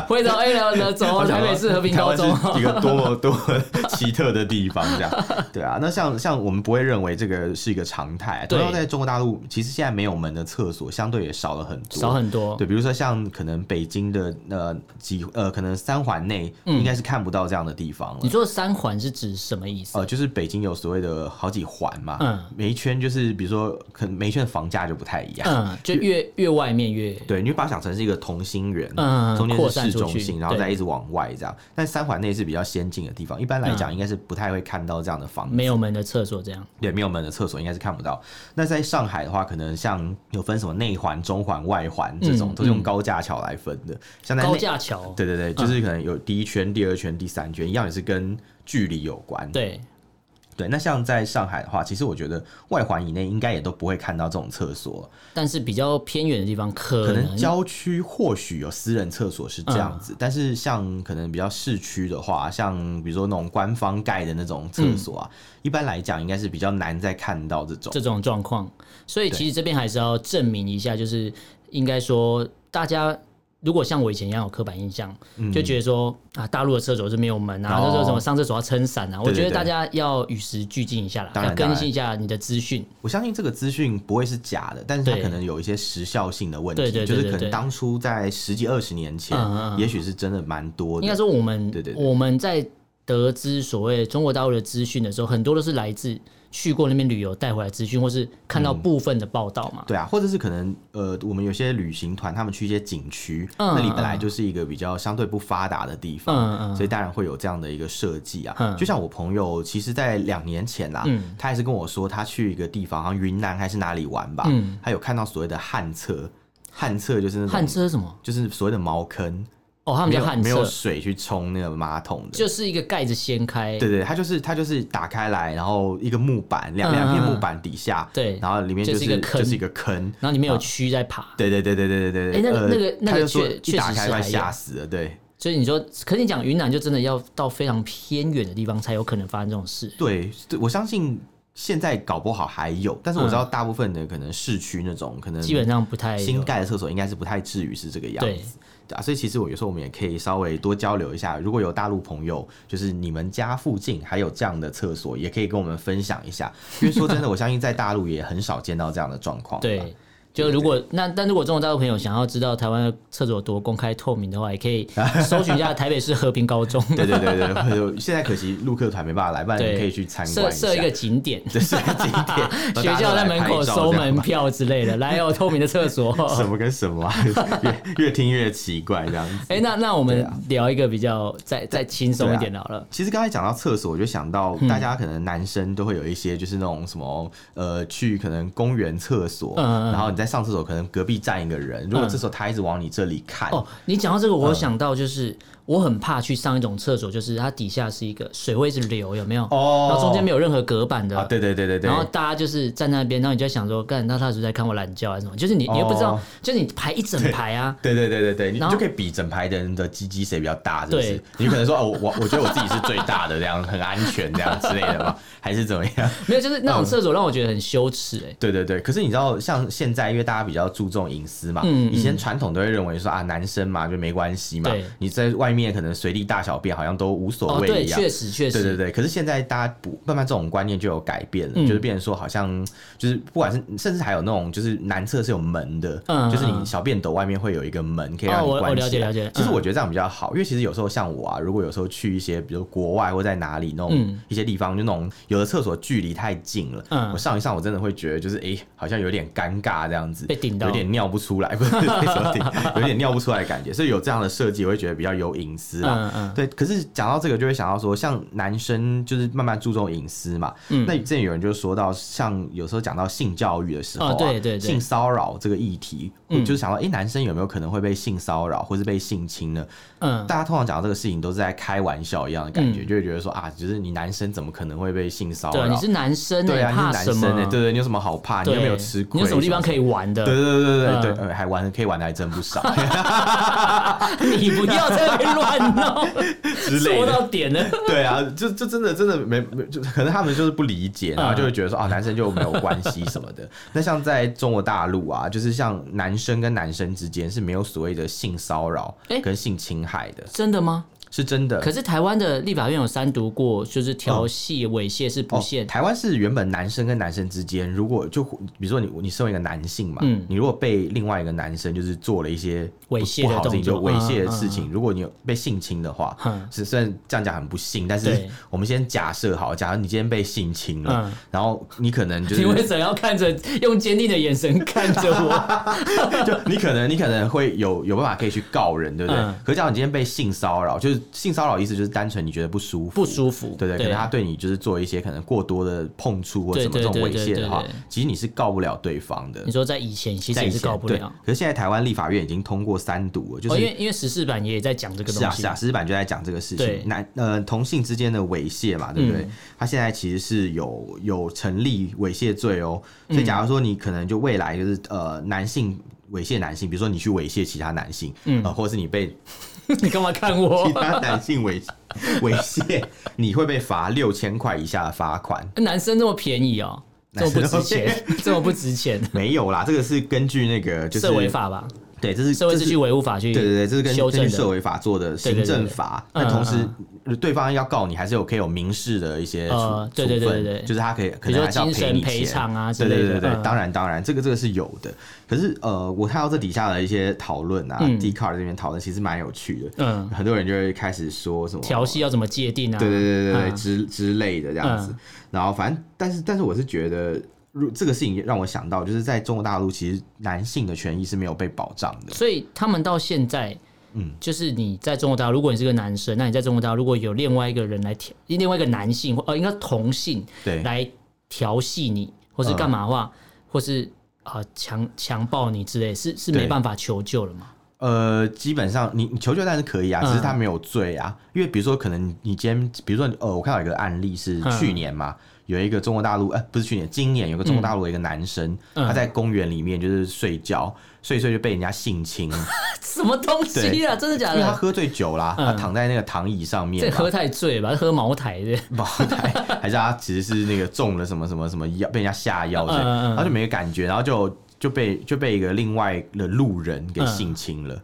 Speaker 1: 回头哎了了， 走
Speaker 2: 我想
Speaker 1: 台
Speaker 2: 说
Speaker 1: 北市和平
Speaker 2: 台
Speaker 1: 高
Speaker 2: 湾
Speaker 1: 中。哦
Speaker 2: 是一个多么多么奇特的地方，这样对啊。那像像我们不会认为这个是一个常态，啊
Speaker 1: 对
Speaker 2: 同样在中国大陆，其实现在没有门的厕所相对也少了很多，
Speaker 1: 少很多，
Speaker 2: 对，比如说像可能北京的呃几呃可能三环内应该是看不到这样的地方了。
Speaker 1: 嗯你说三环是指什么意思？
Speaker 2: 呃，就是北京有所谓的好几环嘛，
Speaker 1: 嗯
Speaker 2: 每一圈就是比如说可能每一圈的房价就不太一样，
Speaker 1: 嗯，就越越外面越
Speaker 2: 对，你把它想成是一个同心圆，
Speaker 1: 嗯
Speaker 2: 中间
Speaker 1: 扩
Speaker 2: 是
Speaker 1: 散
Speaker 2: 市
Speaker 1: 出
Speaker 2: 中
Speaker 1: 去
Speaker 2: 心，然后
Speaker 1: 对
Speaker 2: 再一直往外这样。但三环内是比较先进的地方，一般来讲应该是不太会看到这样的房子，
Speaker 1: 嗯没有门的厕所这样。
Speaker 2: 对，没有门的厕所应该是看不到。那在上海的话，可能像有分什么内环、中环、外环这种，
Speaker 1: 嗯
Speaker 2: 都是用高架桥来分的。像在
Speaker 1: 高
Speaker 2: 内，
Speaker 1: 架嗯桥，
Speaker 2: 对对对，就是可能有第一圈、第二圈、第三圈，一样也是跟距离有关。
Speaker 1: 对，
Speaker 2: 对，那像在上海的话，其实我觉得外环以内应该也都不会看到这种厕所了。
Speaker 1: 但是比较偏远的地方可
Speaker 2: 可能
Speaker 1: 能嗯
Speaker 2: 郊区或许有私人厕所是这样子，但是像可能比较市区的话，像比如说那种官方盖的那种厕所
Speaker 1: 嗯
Speaker 2: 啊，一般来讲应该是比较难再看到这种
Speaker 1: 这。种状况，所以其实这边还是要证明一下，就是应该说大家。如果像我以前一样有刻板印象，
Speaker 2: 嗯
Speaker 1: 就觉得说啊，大陆的厕所是没有门啊，
Speaker 2: 哦
Speaker 1: 就说什么上厕所要撑伞啊。
Speaker 2: 对
Speaker 1: 我
Speaker 2: 对
Speaker 1: 觉得
Speaker 2: 对
Speaker 1: 大家要与时俱进一下啦，
Speaker 2: 当
Speaker 1: 要
Speaker 2: 然
Speaker 1: 更新一下你的资讯。
Speaker 2: 我相信这个资讯不会是假的，但是它
Speaker 1: 对
Speaker 2: 可能有一些时效性的问题，
Speaker 1: 对对对
Speaker 2: 就是
Speaker 1: 对
Speaker 2: 可
Speaker 1: 对
Speaker 2: 能当初在十几二十年前，
Speaker 1: 嗯嗯嗯
Speaker 2: 也许是真的蛮多
Speaker 1: 应该
Speaker 2: 的。
Speaker 1: 说我们
Speaker 2: 对对对
Speaker 1: 我们在得知所谓中国大陆的资讯的时候，很多都是来自去过那边旅游带回来资讯，或是看到部分的报道嘛。
Speaker 2: 嗯对啊，或者是可能呃，我们有些旅行团他们去一些景区，
Speaker 1: 嗯
Speaker 2: 那里本
Speaker 1: 嗯
Speaker 2: 来就是一个比较相对不发达的地方，
Speaker 1: 嗯嗯，
Speaker 2: 所以当然会有这样的一个设计啊。
Speaker 1: 嗯
Speaker 2: 就像我朋友，其实，在两年前啦、
Speaker 1: 嗯
Speaker 2: 他还是跟我说，他去一个地方，好像云南还是哪里玩吧，
Speaker 1: 嗯
Speaker 2: 他有看到所谓的旱厕，旱厕就是那
Speaker 1: 旱
Speaker 2: 种
Speaker 1: 车什么？
Speaker 2: 就是所谓的茅坑。
Speaker 1: 哦，他们
Speaker 2: 没
Speaker 1: 叫
Speaker 2: 有
Speaker 1: 旱
Speaker 2: 没有
Speaker 1: 厕，
Speaker 2: 水去冲那个马桶的。
Speaker 1: 就是一个盖子掀开，
Speaker 2: 对对，它就是它就是打开来，然后一个木板，两两片
Speaker 1: 嗯嗯嗯
Speaker 2: 木板底下，
Speaker 1: 对
Speaker 2: 然后里面
Speaker 1: 就
Speaker 2: 就是
Speaker 1: 一个坑
Speaker 2: 就是一个坑，
Speaker 1: 然后里面有蛆在爬。
Speaker 2: 对对对对对对
Speaker 1: 哎
Speaker 2: 对对，
Speaker 1: 那个
Speaker 2: 呃
Speaker 1: 那个那个
Speaker 2: 他就说
Speaker 1: 确
Speaker 2: 一打
Speaker 1: 确实
Speaker 2: 开
Speaker 1: 是
Speaker 2: 快
Speaker 1: 还有
Speaker 2: 吓死了，对
Speaker 1: 所以你说，可是你讲云南就真的要到非常偏远的地方才有可能发生这种事。
Speaker 2: 对，对我相信现在搞不好还有，但是我知道大部分的可能市区那种可能
Speaker 1: 嗯基本上不太有
Speaker 2: 嗯新盖的厕所应该是不太至于是这个样
Speaker 1: 对
Speaker 2: 子。对啊，所以其实我有时候我们也可以稍微多交流一下，如果有大陆朋友，就是你们家附近还有这样的厕所，也可以跟我们分享一下。因为说真的，我相信在大陆也很少见到这样的状况。
Speaker 1: 对，就如果那但如果中国大陆朋友想要知道台湾的厕所多公开透明的话，也可 以搜寻一下台北市和平高中，
Speaker 2: 对对对对对，就现在可惜陆客团没办法来，不然
Speaker 1: 对
Speaker 2: 你可以去参
Speaker 1: 设
Speaker 2: 观一下。
Speaker 1: 设一个景点，
Speaker 2: 对，设个景 点，
Speaker 1: 学校在门口收门票之类的，来哦，透明的厕所。
Speaker 2: 什么跟什么啊， 越越听越奇怪这样子。
Speaker 1: 哎、那那我
Speaker 2: 对
Speaker 1: 们
Speaker 2: 啊
Speaker 1: 聊一个比较再再轻松一点好了。
Speaker 2: 其实刚才讲到厕所，我就想到
Speaker 1: 嗯
Speaker 2: 大家可能男生都会有一些就是那种什么呃，去可能公园厕所，
Speaker 1: 嗯嗯嗯
Speaker 2: 然后你在上厕所，可能隔壁站一个人，如果
Speaker 1: 嗯
Speaker 2: 这时候他一直往你这里看，
Speaker 1: 哦，你讲到这个，
Speaker 2: 嗯
Speaker 1: 我有想到就是、我很怕去上一种厕所，就是它底下是一个水会一直流，有没有？
Speaker 2: 哦
Speaker 1: 然后中间没有任何隔板的。
Speaker 2: 啊，对对对对对
Speaker 1: 然，后大家就是站在那边，然后你就在想说，干，那他是不是在看我懒觉还啊是什么？就是你，你又不知道，
Speaker 2: 哦
Speaker 1: 就是你排一整排啊，
Speaker 2: 对对对对对，你
Speaker 1: 然后
Speaker 2: 你就可以比整排的人的鸡鸡谁比较大，是不是
Speaker 1: 对？
Speaker 2: 你可能说哦，我我我觉得我自己是最大的，这样很安全，这样之类的吧，还是怎么样？
Speaker 1: 没有，就是那
Speaker 2: 嗯
Speaker 1: 种厕所让我觉得很羞耻哎、
Speaker 2: 对对对，可是你知道，像现在因为大家比较注重隐私嘛，
Speaker 1: 嗯嗯
Speaker 2: 以前传统都会认为说啊，男生嘛就没关系嘛
Speaker 1: 对，
Speaker 2: 你在外面可能随地大小便好像都无所
Speaker 1: 哦，
Speaker 2: 谓
Speaker 1: 对，
Speaker 2: 一样。
Speaker 1: 确实确
Speaker 2: 对
Speaker 1: 实，
Speaker 2: 对对，可是现在大家不慢慢这种观念就有改变了，
Speaker 1: 嗯
Speaker 2: 就是变成说好像就是不管是甚至还有那种就是男厕是有门的，
Speaker 1: 嗯
Speaker 2: 就是
Speaker 1: 嗯
Speaker 2: 你小便斗外面会有一个门可以让
Speaker 1: 哦
Speaker 2: 你
Speaker 1: 我
Speaker 2: 关
Speaker 1: 我
Speaker 2: 起来。
Speaker 1: 了解了解
Speaker 2: 其实
Speaker 1: 嗯
Speaker 2: 我觉得这样比较好，因为其实有时候像我啊，如果有时候去一些比如国外或在哪里那种
Speaker 1: 嗯
Speaker 2: 一些地方，就那种有的厕所距离太近了，
Speaker 1: 嗯
Speaker 2: 我上一上我真的会觉得就是哎、诶好像有点尴尬这样子，
Speaker 1: 被顶到
Speaker 2: 有点尿不出来，不是有点有点尿不出来的感觉，所以有这样的设计，我会觉得比较有隐私啦。
Speaker 1: 嗯嗯，
Speaker 2: 对，可是讲到这个，就会想到说，像男生就是慢慢注重隐私嘛。
Speaker 1: 嗯
Speaker 2: 那之前有人就说到，像有时候讲到性教育的时候、啊
Speaker 1: 哦对对对
Speaker 2: 性骚扰这个议题，
Speaker 1: 嗯
Speaker 2: 就是想到，哎、男生有没有可能会被性骚扰或是被性侵呢？
Speaker 1: 嗯，
Speaker 2: 大家通常讲到这个事情，都是在开玩笑一样的感觉，
Speaker 1: 嗯
Speaker 2: 就会觉得说啊，就是你男生怎么可能会被性骚
Speaker 1: 对啊，
Speaker 2: 扰？
Speaker 1: 你是男生、欸，
Speaker 2: 对啊，你
Speaker 1: 怕
Speaker 2: 是男
Speaker 1: 什
Speaker 2: 生
Speaker 1: 么？
Speaker 2: 欸对对，你有什么好怕？你
Speaker 1: 对，
Speaker 2: 又没有吃亏，
Speaker 1: 你有什么地方可
Speaker 2: 以？
Speaker 1: 以玩
Speaker 2: 对
Speaker 1: 的？
Speaker 2: 对对对对对
Speaker 1: 嗯
Speaker 2: 呃还玩可以玩的还真不少
Speaker 1: 你不要在那边乱弄，
Speaker 2: 之类
Speaker 1: 说
Speaker 2: 的。
Speaker 1: 到点了。
Speaker 2: 对啊，就就真的真的没没，就可能他们就是不理解，然后就会觉得说啊，男生就没有关系什么的。那像在中国大陆啊，就是像男生跟男生之间是没有所谓的性骚扰
Speaker 1: 诶
Speaker 2: 跟性侵害的，
Speaker 1: 真的吗？
Speaker 2: 是真的。
Speaker 1: 可是台湾的立法院有删读过，就是调戏、猥亵是不限。
Speaker 2: 哦台湾是原本男生跟男生之间，如果就比如说你你身为一个男性嘛，
Speaker 1: 嗯
Speaker 2: 你如果被另外一个男生就是做了一些不
Speaker 1: 猥亵的
Speaker 2: 不好情，
Speaker 1: 动
Speaker 2: 就
Speaker 1: 作
Speaker 2: 猥亵的事情，如果你有被性侵的话，
Speaker 1: 嗯
Speaker 2: 是虽然这样讲很不幸，但是
Speaker 1: 对
Speaker 2: 我们先假设好，假如你今天被性侵了，
Speaker 1: 嗯
Speaker 2: 然后你可能就是
Speaker 1: 你 为什么要看着用坚定的眼神看着我？
Speaker 2: 就你可能你可能会有有办法可以去告人，对不对？
Speaker 1: 嗯
Speaker 2: 可假如你今天被性骚扰，就是性骚扰意思就是单纯你觉得不舒服，
Speaker 1: 不舒服，啊
Speaker 2: 对对，可能他对你就是做一些可能过多的碰触或
Speaker 1: 对
Speaker 2: 什么
Speaker 1: 对
Speaker 2: 这种
Speaker 1: 对
Speaker 2: 猥
Speaker 1: 对
Speaker 2: 亵的话
Speaker 1: 对对，
Speaker 2: 其实你是告不了对方的
Speaker 1: 你。说在以前其实
Speaker 2: 在
Speaker 1: 也
Speaker 2: 以
Speaker 1: 是
Speaker 2: 前
Speaker 1: 告不
Speaker 2: 对
Speaker 1: 了，
Speaker 2: 可是现在台湾立法院已经通过三读了，就
Speaker 1: 哦，因
Speaker 2: 是
Speaker 1: 为因为十四版也在讲这个
Speaker 2: 是
Speaker 1: 东
Speaker 2: 啊
Speaker 1: 西
Speaker 2: 是啊，，石板就在讲这个事
Speaker 1: 对
Speaker 2: 情，男呃同性之间的猥亵嘛，对不对
Speaker 1: 嗯？
Speaker 2: 他现在其实是有有成立猥亵罪哦，所
Speaker 1: 嗯
Speaker 2: 以假如说你可能就未来就是呃男性猥亵男性，比如说你去猥亵其他男性，嗯，呃，或者是你啊被
Speaker 1: 你干嘛看我
Speaker 2: 其？他男性猥 猥亵，你会被罚六千块以下的罚款。
Speaker 1: 男生那么便宜哦，这么不值钱， 这么不值钱，
Speaker 2: 没有啦，这个是根据那个就是
Speaker 1: 社违法吧？
Speaker 2: 对，这是
Speaker 1: 社会
Speaker 2: 这
Speaker 1: 秩
Speaker 2: 是
Speaker 1: 序维护法去
Speaker 2: 对对对，这是根
Speaker 1: 修
Speaker 2: 根据
Speaker 1: 正
Speaker 2: 社
Speaker 1: 的，
Speaker 2: 会法做的行政法。
Speaker 1: 对对对对
Speaker 2: 那同时
Speaker 1: 嗯，
Speaker 2: 对方要告你，还是有可以有民事的一些处
Speaker 1: 呃对
Speaker 2: 处
Speaker 1: 对对
Speaker 2: 分
Speaker 1: 对对
Speaker 2: 就是他可以可
Speaker 1: 比如
Speaker 2: 能
Speaker 1: 说
Speaker 2: 还是要
Speaker 1: 精
Speaker 2: 赔
Speaker 1: 神
Speaker 2: 你
Speaker 1: 赔
Speaker 2: 钱。
Speaker 1: 偿啊之
Speaker 2: 对
Speaker 1: 类的。
Speaker 2: 对对对，
Speaker 1: 嗯
Speaker 2: 当然当然，这个这个是有的。可是呃，我看到这底下的一些讨论啊
Speaker 1: 嗯
Speaker 2: d c a r 这边讨论其实蛮有趣的，
Speaker 1: 嗯，
Speaker 2: 很多人就会开始说什么
Speaker 1: 调戏要怎么界定啊？
Speaker 2: 对对对对对、
Speaker 1: 嗯
Speaker 2: 之之类的这样子。
Speaker 1: 嗯
Speaker 2: 然后反正，但是但是我是觉得，如这个事情让我想到，就是在中国大陆，其实男性的权益是没有被保障的。
Speaker 1: 所以他们到现在，
Speaker 2: 嗯
Speaker 1: 就是你在中国大陆，如果你是个男生，那你在中国大陆如果有另外一个人来调，另外一个男性或呃应该同性
Speaker 2: 对，
Speaker 1: 来调戏你，或是干呃嘛的话，或是啊强强暴你之类，是是
Speaker 2: 对
Speaker 1: 没办法求救了嘛？
Speaker 2: 呃，基本上你你求救但是可以啊，
Speaker 1: 嗯
Speaker 2: 只是他没有罪啊，因为比如说可能你你今天，比如说呃，我看到有一个案例是
Speaker 1: 嗯
Speaker 2: 去年嘛，有一个中国大陆，呃，不是去年，今年有个中国大陆的一个男生，
Speaker 1: 嗯
Speaker 2: 他在公园里面就是睡觉，睡一睡就被人家 性侵，
Speaker 1: 什么东西啊？真的假
Speaker 2: 因为他
Speaker 1: 的？
Speaker 2: 喝醉酒啦，
Speaker 1: 嗯
Speaker 2: 他躺在那个躺椅上面
Speaker 1: 这
Speaker 2: 嘛，
Speaker 1: 喝太醉吧，喝茅台的。
Speaker 2: 不好看，还是他其实是那个中了什么什么什么药，被人家下药之
Speaker 1: 嗯
Speaker 2: 类的，
Speaker 1: 嗯嗯
Speaker 2: 然后就没感觉，然后就就被就被一个另外的路人给性侵了。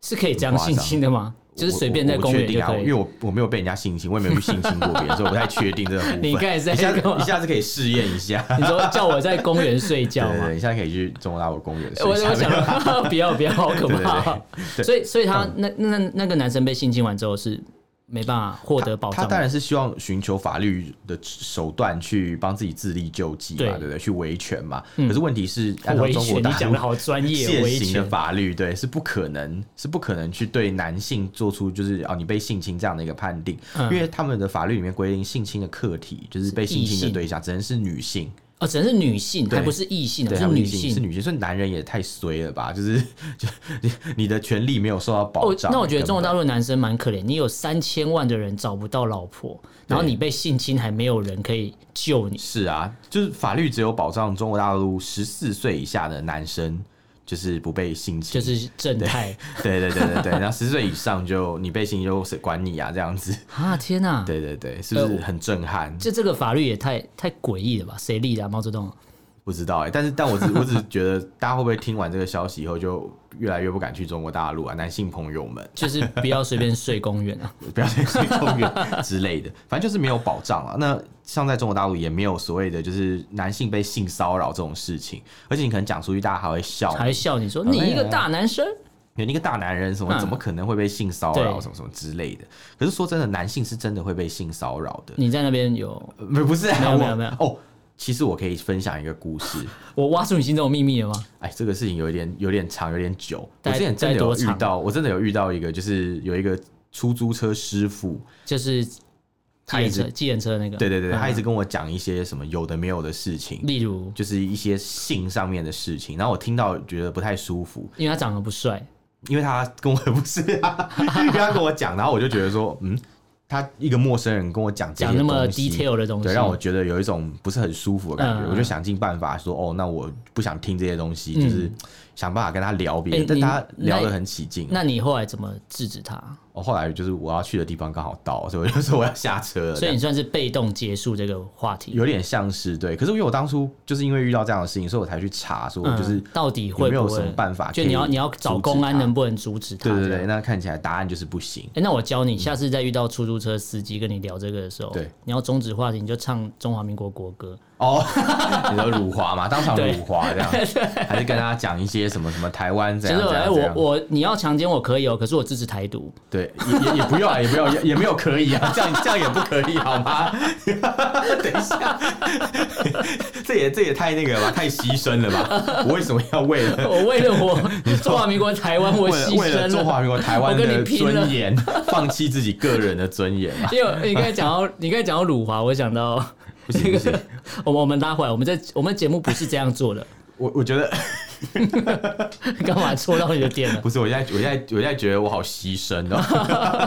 Speaker 1: 是可以这样性侵的吗？嗯就是随便在公园
Speaker 2: 我我我不确
Speaker 1: 就
Speaker 2: 定啊，
Speaker 1: 可
Speaker 2: 因为
Speaker 1: 以。
Speaker 2: 我我没有被人家性侵，我也没有去性侵过 别人，所以我不太确定这个部分。
Speaker 1: 你刚才在
Speaker 2: 一下
Speaker 1: 干嘛
Speaker 2: 子一下子可以试验 一下，
Speaker 1: 你说叫我在公园睡觉
Speaker 2: 对 对
Speaker 1: 吗？
Speaker 2: 对，你现在可以去中国大陆公园
Speaker 1: 我
Speaker 2: 睡一下。
Speaker 1: 我想
Speaker 2: 没有
Speaker 1: 到 不要不要，好可怕。
Speaker 2: 对对对对嗯
Speaker 1: 所以所以他那那那那个男生被性侵完之后是没办法获得保
Speaker 2: 他
Speaker 1: 障
Speaker 2: 当
Speaker 1: 的。
Speaker 2: 然是希望寻求法律的手段去帮自己自力救济
Speaker 1: 对嗯
Speaker 2: 嘛，对不对？去维权嘛。可是问题是，按照
Speaker 1: 维
Speaker 2: 中
Speaker 1: 权，
Speaker 2: 国
Speaker 1: 你
Speaker 2: 大
Speaker 1: 讲
Speaker 2: 陆
Speaker 1: 的好专业，
Speaker 2: 现
Speaker 1: 维
Speaker 2: 行的
Speaker 1: 权。
Speaker 2: 法律，对，是不可能，是不可能去对男性做出就是哦，你被性侵这样的一个判定，
Speaker 1: 嗯
Speaker 2: 因为他们的法律里面规定性侵的客体就是被性侵
Speaker 1: 异
Speaker 2: 的
Speaker 1: 性
Speaker 2: 对象，只能是女性，
Speaker 1: 哦，只能是女性，
Speaker 2: 对
Speaker 1: 还不是异性啊，
Speaker 2: 对，
Speaker 1: 是
Speaker 2: 他们
Speaker 1: 女
Speaker 2: 异性是
Speaker 1: 性。
Speaker 2: 女性，所以男人也太衰了吧，就是 就你你的权利没有受到保
Speaker 1: 哦，
Speaker 2: 障。
Speaker 1: 那我觉得
Speaker 2: 根
Speaker 1: 中国
Speaker 2: 本
Speaker 1: 大陆的男生蛮可怜，你有三千万的人找不到老婆，然后你被性侵还没有人可以救你，
Speaker 2: 是啊，就是法律只有保障中国大陆十四岁以下的男生就是不被性侵，
Speaker 1: 就是正太
Speaker 2: 对对对对对，然后十岁以上就你被性侵就谁管你啊这样子。
Speaker 1: 啊！天哪、
Speaker 2: 对对对，是
Speaker 1: 呃
Speaker 2: 不是很震撼？
Speaker 1: 这这个法律也太太诡异了吧？谁立的、啊？毛泽东？
Speaker 2: 不知道哎、但是但我只我只是觉得大家会不会听完这个消息以后就越来越不敢去中国大陆啊？男性朋友们
Speaker 1: 就是不要随便睡公园 啊！
Speaker 2: 不要再去公 园之类的，反正就是没有保障啊。那像在中国大陆也没有所谓的就是男性被性骚扰这种事情，而且你可能讲出去大家还会笑
Speaker 1: 还笑你说
Speaker 2: 好
Speaker 1: 你
Speaker 2: 累啊
Speaker 1: 一个大男生，
Speaker 2: 你，你一个大男人什么
Speaker 1: 嗯
Speaker 2: 怎么可能会被性骚扰
Speaker 1: 对
Speaker 2: 什么什么之类的？可是说真的，男性是真的会被性骚扰的，
Speaker 1: 你在那边有
Speaker 2: 呃不不是、啊、
Speaker 1: 嗯没有没有
Speaker 2: 我
Speaker 1: 没有
Speaker 2: 哦。其实我可以分享一个故事，
Speaker 1: 我挖出你心中的秘密了吗？
Speaker 2: 哎，这个事情有一点有点长，有点久。我
Speaker 1: 大概
Speaker 2: 之前真的
Speaker 1: 大概
Speaker 2: 有
Speaker 1: 多
Speaker 2: 遇
Speaker 1: 长
Speaker 2: 到，我真的有遇到一个，就是有一个出租车师傅，
Speaker 1: 嗯就是计
Speaker 2: 他
Speaker 1: 程
Speaker 2: 一直
Speaker 1: 车，计程车那个，
Speaker 2: 对对对，
Speaker 1: 嗯
Speaker 2: 他一直跟我讲一些什么有的没有的事情，
Speaker 1: 例如，
Speaker 2: 就是一些性上面的事情，然后我听到觉得不太舒服，
Speaker 1: 因为他长得不帅，
Speaker 2: 因为他跟我 不是啊，因为他跟我讲，然后我就觉得说，嗯，他一个陌生人跟我讲这
Speaker 1: 讲
Speaker 2: 些
Speaker 1: 那么
Speaker 2: 东西
Speaker 1: detail 的东西，
Speaker 2: 对，让我觉得有一种不是很舒服的感觉，
Speaker 1: 嗯
Speaker 2: 我就想尽办法说，哦，那我不想听这些东西，就是想办法跟他聊别的，
Speaker 1: 哎
Speaker 2: 但
Speaker 1: 你
Speaker 2: 他聊
Speaker 1: 那
Speaker 2: 得很起劲。
Speaker 1: 那你后来怎么制止他？
Speaker 2: 我哦后来就是我要去的地方刚好到，所以我就 说我要下车了。
Speaker 1: 所
Speaker 2: 这
Speaker 1: 以
Speaker 2: 样
Speaker 1: 你算是被动结束这个话题，
Speaker 2: 有点像是对，可是因为我当初就是因为遇到这样的事情，所以我才去查，说我就是
Speaker 1: 嗯到底
Speaker 2: 有
Speaker 1: 会
Speaker 2: 没
Speaker 1: 不
Speaker 2: 有什
Speaker 1: 会
Speaker 2: 么？办法可
Speaker 1: 就
Speaker 2: 以
Speaker 1: 你要你要找
Speaker 2: 阻止
Speaker 1: 公安
Speaker 2: 他
Speaker 1: 能不能阻止他？
Speaker 2: 对对
Speaker 1: 这样
Speaker 2: 对，那看起来答案就是不行。
Speaker 1: 哎、那我教你，下次再遇到出租车司机跟你聊这个的时候，
Speaker 2: 对，
Speaker 1: 你要终止话题，你就唱中华民国国歌。
Speaker 2: 哦，你说辱华嘛，当 场
Speaker 1: 对
Speaker 2: 辱华这样，还是跟他讲一些什么什么台湾怎
Speaker 1: 其
Speaker 2: 样
Speaker 1: 实我
Speaker 2: 怎
Speaker 1: 哎、
Speaker 2: 样怎
Speaker 1: 我
Speaker 2: 样？
Speaker 1: 我你要强奸我可以哦，可是我支持台独。
Speaker 2: 对，也也也不要啊， 也不要，也也没有可以啊，这样这样也不可以好吗？ 等一下， 这也这也太那个了吧，太牺牲了吧？我为什么要为了
Speaker 1: 我为了我中华民国台湾，我
Speaker 2: 为了
Speaker 1: 牺
Speaker 2: 为了
Speaker 1: 牲
Speaker 2: 中
Speaker 1: 了。
Speaker 2: 华民国台湾
Speaker 1: 我跟
Speaker 2: 的
Speaker 1: 你拼了
Speaker 2: 尊严， 放弃自己个人的尊严嘛？
Speaker 1: 因为你刚才讲到，你刚才讲到辱华，我想到
Speaker 2: 不行不行，
Speaker 1: 我们我们拉回来，我们在我们节目不是这样做的，
Speaker 2: 我我觉得
Speaker 1: 干嘛戳到你的点了？
Speaker 2: 不是，我现在我现在我现在觉得我好牺牲哦。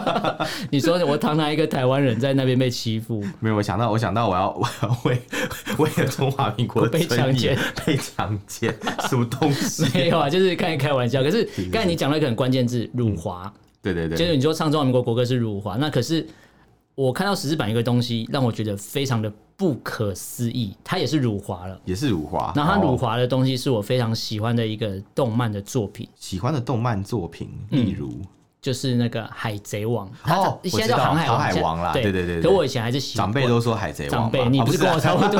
Speaker 1: 你说我堂堂一个台湾人在那边被欺 负，
Speaker 2: 没有，我想到我想到我要 我要为为了中华民国的
Speaker 1: 被
Speaker 2: 尊
Speaker 1: 强
Speaker 2: 严被强奸，什么东 西？
Speaker 1: 没有啊，就是开开玩笑。可是刚才你讲了一个很关键字，辱华。
Speaker 2: 对对
Speaker 1: 就
Speaker 2: 对，
Speaker 1: 是你说唱中华民国国歌是辱华，那可是我看到十字版一个东西，让我觉得非常的不可思议，它也是辱华了。
Speaker 2: 也是辱华。
Speaker 1: 然后它辱
Speaker 2: 哦
Speaker 1: 华的东西是我非常喜欢的一个动漫的作品，
Speaker 2: 喜欢的动漫作品，
Speaker 1: 嗯
Speaker 2: 例如、
Speaker 1: 就是那个《海贼王》它。
Speaker 2: 哦
Speaker 1: 现在叫
Speaker 2: 我知道
Speaker 1: 航海王》
Speaker 2: 航海王啦
Speaker 1: 现在
Speaker 2: 对对对对
Speaker 1: 可我以前还是喜
Speaker 2: 长辈都说海贼王
Speaker 1: 长
Speaker 2: 嘛，
Speaker 1: 辈，你
Speaker 2: 啊
Speaker 1: 不
Speaker 2: 不
Speaker 1: 是跟我差
Speaker 2: 啊
Speaker 1: 不多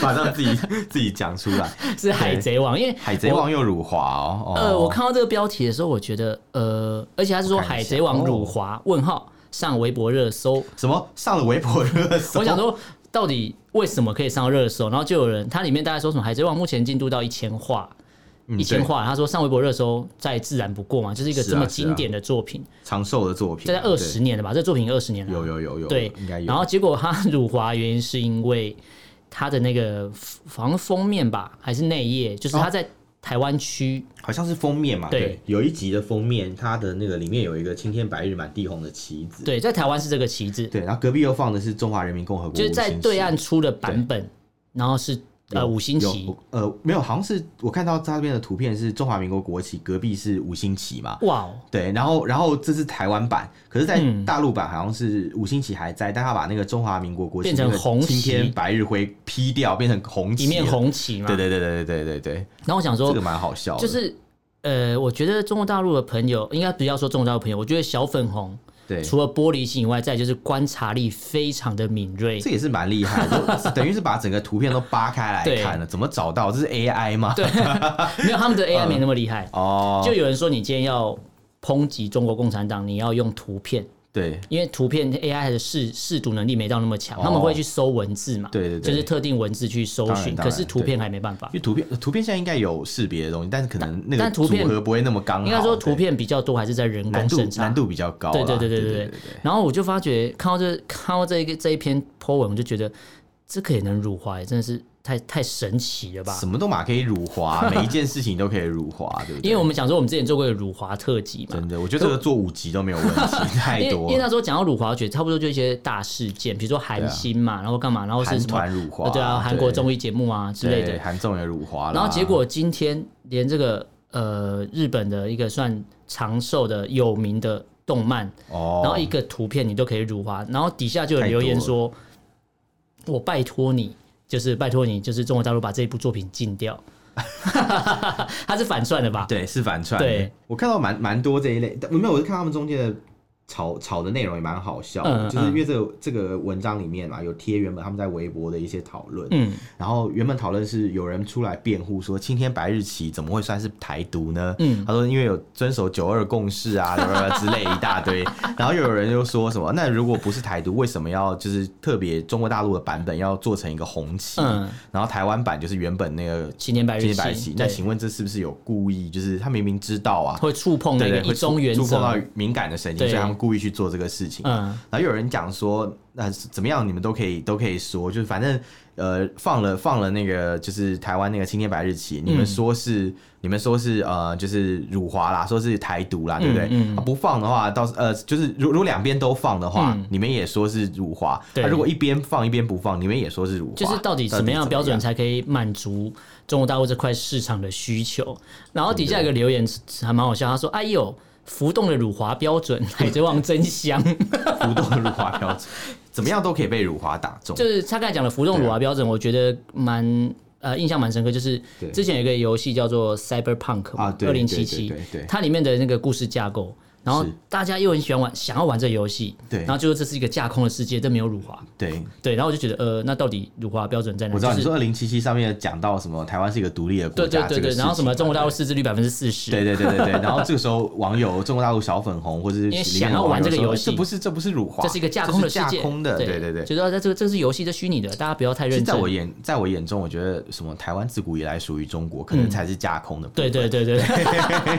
Speaker 2: 马上自己自己讲出来，
Speaker 1: 是《海贼王》？因为
Speaker 2: 海贼
Speaker 1: 我
Speaker 2: 王又辱华 哦。哦
Speaker 1: 呃，我看到这个标题的时候，我觉得呃，而且他是说
Speaker 2: 我
Speaker 1: 《
Speaker 2: 看一下
Speaker 1: 海贼王》辱华？问号上微博热搜，
Speaker 2: 什么上了微博热搜，
Speaker 1: 我想说，到底为什么可以上热搜？然后就有人，它里面大概说什么《海贼王》目前进度到一千话，
Speaker 2: 嗯
Speaker 1: 一千
Speaker 2: 对
Speaker 1: 话。他说上微博热搜再自然不过嘛，就是一个
Speaker 2: 是啊
Speaker 1: 这么
Speaker 2: 是啊
Speaker 1: 经典的作品，
Speaker 2: 长寿的作品，
Speaker 1: 这在二十年了吧？这作品二十年
Speaker 2: 对
Speaker 1: 了
Speaker 2: 有，有有有，
Speaker 1: 对
Speaker 2: 应该。有。
Speaker 1: 然后结果他辱华原因
Speaker 2: 哦
Speaker 1: 是因为他的那个好像封面吧，还是内页，就是他在台湾区，
Speaker 2: 好像是封面嘛，
Speaker 1: 对
Speaker 2: 对，有一集的封面，它的那个里面有一个青天白日满地红的旗子，
Speaker 1: 对，在台湾是这个旗帜，
Speaker 2: 对，然后隔壁又放的是中华人民共和国，
Speaker 1: 就是在对岸出的版本，然后是呃五星旗
Speaker 2: 有，呃，没有，好像是我看到它这边的图片是中华民国国旗，隔壁是五星旗嘛。
Speaker 1: 哇哦，
Speaker 2: 对，然后然后这是台湾版，可是，在
Speaker 1: 嗯
Speaker 2: 大陆版好像是五星旗还在，但他把那个中华民国国旗
Speaker 1: 变成
Speaker 2: 那个
Speaker 1: 红
Speaker 2: 青
Speaker 1: 旗
Speaker 2: 天白日灰 P 掉，变成红旗，
Speaker 1: 一面。红旗嘛。
Speaker 2: 对对对对对对对对，
Speaker 1: 然后我想
Speaker 2: 这
Speaker 1: 说
Speaker 2: 个，蛮好笑的。
Speaker 1: 就是呃，我觉得中国大陆的朋友，应该不要说中国大陆朋友，我觉得小粉红
Speaker 2: 对，
Speaker 1: 除了玻璃心以外，再来就是观察力非常的敏锐。
Speaker 2: 这也是蛮厉害 的，就等于是把整个图片都扒开来
Speaker 1: 对
Speaker 2: 看了，怎么找到？这是 AI 吗？对，
Speaker 1: 没有他们的 AI 没那么厉害，
Speaker 2: 哦，
Speaker 1: 就有人说你今天要抨击中国共产党，你要用图片。
Speaker 2: 对，
Speaker 1: 因为图片 AI 的视视读能力没到那么强，他们
Speaker 2: 哦
Speaker 1: 会去搜文字嘛，
Speaker 2: 对对对
Speaker 1: 就是特定文字去搜
Speaker 2: 当然
Speaker 1: 寻，
Speaker 2: 当
Speaker 1: 可
Speaker 2: 然
Speaker 1: 是图片还没办法
Speaker 2: 因。为图片图片现在应该有识别的东西，但是可能那个
Speaker 1: 但图片
Speaker 2: 组合不会那么刚好。
Speaker 1: 应该说
Speaker 2: 对
Speaker 1: 图片比较多还是在人
Speaker 2: 难
Speaker 1: 工
Speaker 2: 度
Speaker 1: 审查
Speaker 2: 难。度比较高啦。
Speaker 1: 对对
Speaker 2: 对
Speaker 1: 对对对
Speaker 2: 对
Speaker 1: 对。然后我就发觉看到这看到这一个这一篇 po 文，我就觉得这个也能辱华，真的是太太神奇了吧
Speaker 2: 什？么都嘛可以辱华，每一件事情都可以辱华，对不对？
Speaker 1: 因为我们讲说我们之前做过一个辱华特辑嘛，
Speaker 2: 真的，我觉得这个做五集都没有问题， 太
Speaker 1: 因为因
Speaker 2: 多
Speaker 1: 为
Speaker 2: 了。
Speaker 1: 那时候讲到辱华，我觉得差不多就一些大事件，比如说韩星嘛，然后干嘛，然后是
Speaker 2: 啊韩
Speaker 1: 什么
Speaker 2: 团辱华，
Speaker 1: 呃对啊，韩国综
Speaker 2: 艺
Speaker 1: 艺节目啊之类的。
Speaker 2: 韩综也辱华啦
Speaker 1: 然后结果今天连这个呃日本的一个算长寿的有名的动漫，
Speaker 2: 哦，
Speaker 1: 然后一个图片你都可以辱华，然后底下就有留言说：“我拜托你，就是拜托你，就是中国大陆把这一部作品禁掉。” 他是反串的吧？
Speaker 2: 对，是反串。
Speaker 1: 对，
Speaker 2: 我看到蛮蛮多这一类，但没有，我是看他们中间的吵吵的内容也蛮好笑
Speaker 1: 嗯
Speaker 2: 的，就是
Speaker 1: 嗯
Speaker 2: 因为这个这个文章里面嘛，啊有贴原本他们在微博的一些讨论，
Speaker 1: 嗯，
Speaker 2: 然后原本讨论是有人出来辩护说青天白日旗怎么会算是台独呢？
Speaker 1: 嗯
Speaker 2: 他说因为有遵守九二共识 啊什么之类一大堆， 然后又有人又说什么那如果不是台独，为什么要就是特别中国大陆的版本要做成一个红旗，
Speaker 1: 嗯
Speaker 2: 然后台湾版就是原本那个
Speaker 1: 青天白
Speaker 2: 青
Speaker 1: 日
Speaker 2: 天白日
Speaker 1: 旗
Speaker 2: 旗，，那
Speaker 1: 对
Speaker 2: 请问这是不是有故意？就是他明明知道啊，
Speaker 1: 会触碰那
Speaker 2: 对
Speaker 1: 个
Speaker 2: 对，
Speaker 1: 一
Speaker 2: 会
Speaker 1: 中
Speaker 2: 触
Speaker 1: 原
Speaker 2: 触碰到
Speaker 1: 则。
Speaker 2: 敏感的神经，
Speaker 1: 对
Speaker 2: 所以他们故意去做这个事情。
Speaker 1: 嗯，
Speaker 2: 然后又有人讲说，那、是怎么样，你们都可以都可以说，就是反正呃放了放了那个就是台湾那个青天白日旗，你
Speaker 1: 嗯
Speaker 2: 们说是、你们说是呃就是辱华啦，说是台独啦，对不对？
Speaker 1: 嗯嗯
Speaker 2: 啊不放的话，到时呃就是如如果两边都放的话，
Speaker 1: 嗯
Speaker 2: 你们也说是辱华；
Speaker 1: 对
Speaker 2: 啊如果一边放一边不放，你们也说是辱华。
Speaker 1: 就是到底什么样的标准才可以满足中国大陆这块市场的需求？然后底下有个留言还蛮好笑，他说：“哎呦，浮动的辱华标准，海贼王真香。
Speaker 2: 浮动的辱华标准，怎么样都可以被辱华打中”。
Speaker 1: 就是他刚才讲的浮动辱华标准，我觉得蛮呃印象蛮深刻。就是
Speaker 2: 对
Speaker 1: 之前有一个游戏叫做 Cyberpunk
Speaker 2: 啊对
Speaker 1: 二零七七
Speaker 2: 对对对对，
Speaker 1: 它里面的那个故事架构。然后
Speaker 2: 是
Speaker 1: 大家又很喜欢玩，想要玩这个游戏，
Speaker 2: 对
Speaker 1: 然后就说这是一个架空的世界，这没有辱华，
Speaker 2: 对，
Speaker 1: 对，然后我就觉得，呃，那到底辱华标准在哪？
Speaker 2: 我知道
Speaker 1: 就是
Speaker 2: 你说二零七七上面讲到什么台湾是一个独立的国
Speaker 1: 对对
Speaker 2: 家，
Speaker 1: 对
Speaker 2: 这个
Speaker 1: 对，
Speaker 2: 事情
Speaker 1: 然后什么中国大陆
Speaker 2: 嘛。
Speaker 1: 识字率百分之四十，
Speaker 2: 对对对对 对，对然后这个时候网友中国大陆小粉红或者
Speaker 1: 因
Speaker 2: 是
Speaker 1: 为
Speaker 2: 里面
Speaker 1: 想要
Speaker 2: 的网
Speaker 1: 玩这个
Speaker 2: 友说哎
Speaker 1: 游戏
Speaker 2: 这不是这不是辱华，
Speaker 1: 这是一个架空的
Speaker 2: 这是
Speaker 1: 世
Speaker 2: 架
Speaker 1: 界，
Speaker 2: 空的，对对对。
Speaker 1: 就是说在啊这个这是游戏，这虚拟的，大家不要太
Speaker 2: 其实
Speaker 1: 认
Speaker 2: 在
Speaker 1: 真。
Speaker 2: 我眼，在我眼中，我觉得什么台湾自古以来属于中国，可能才是架空的。
Speaker 1: 嗯对对对对，哎、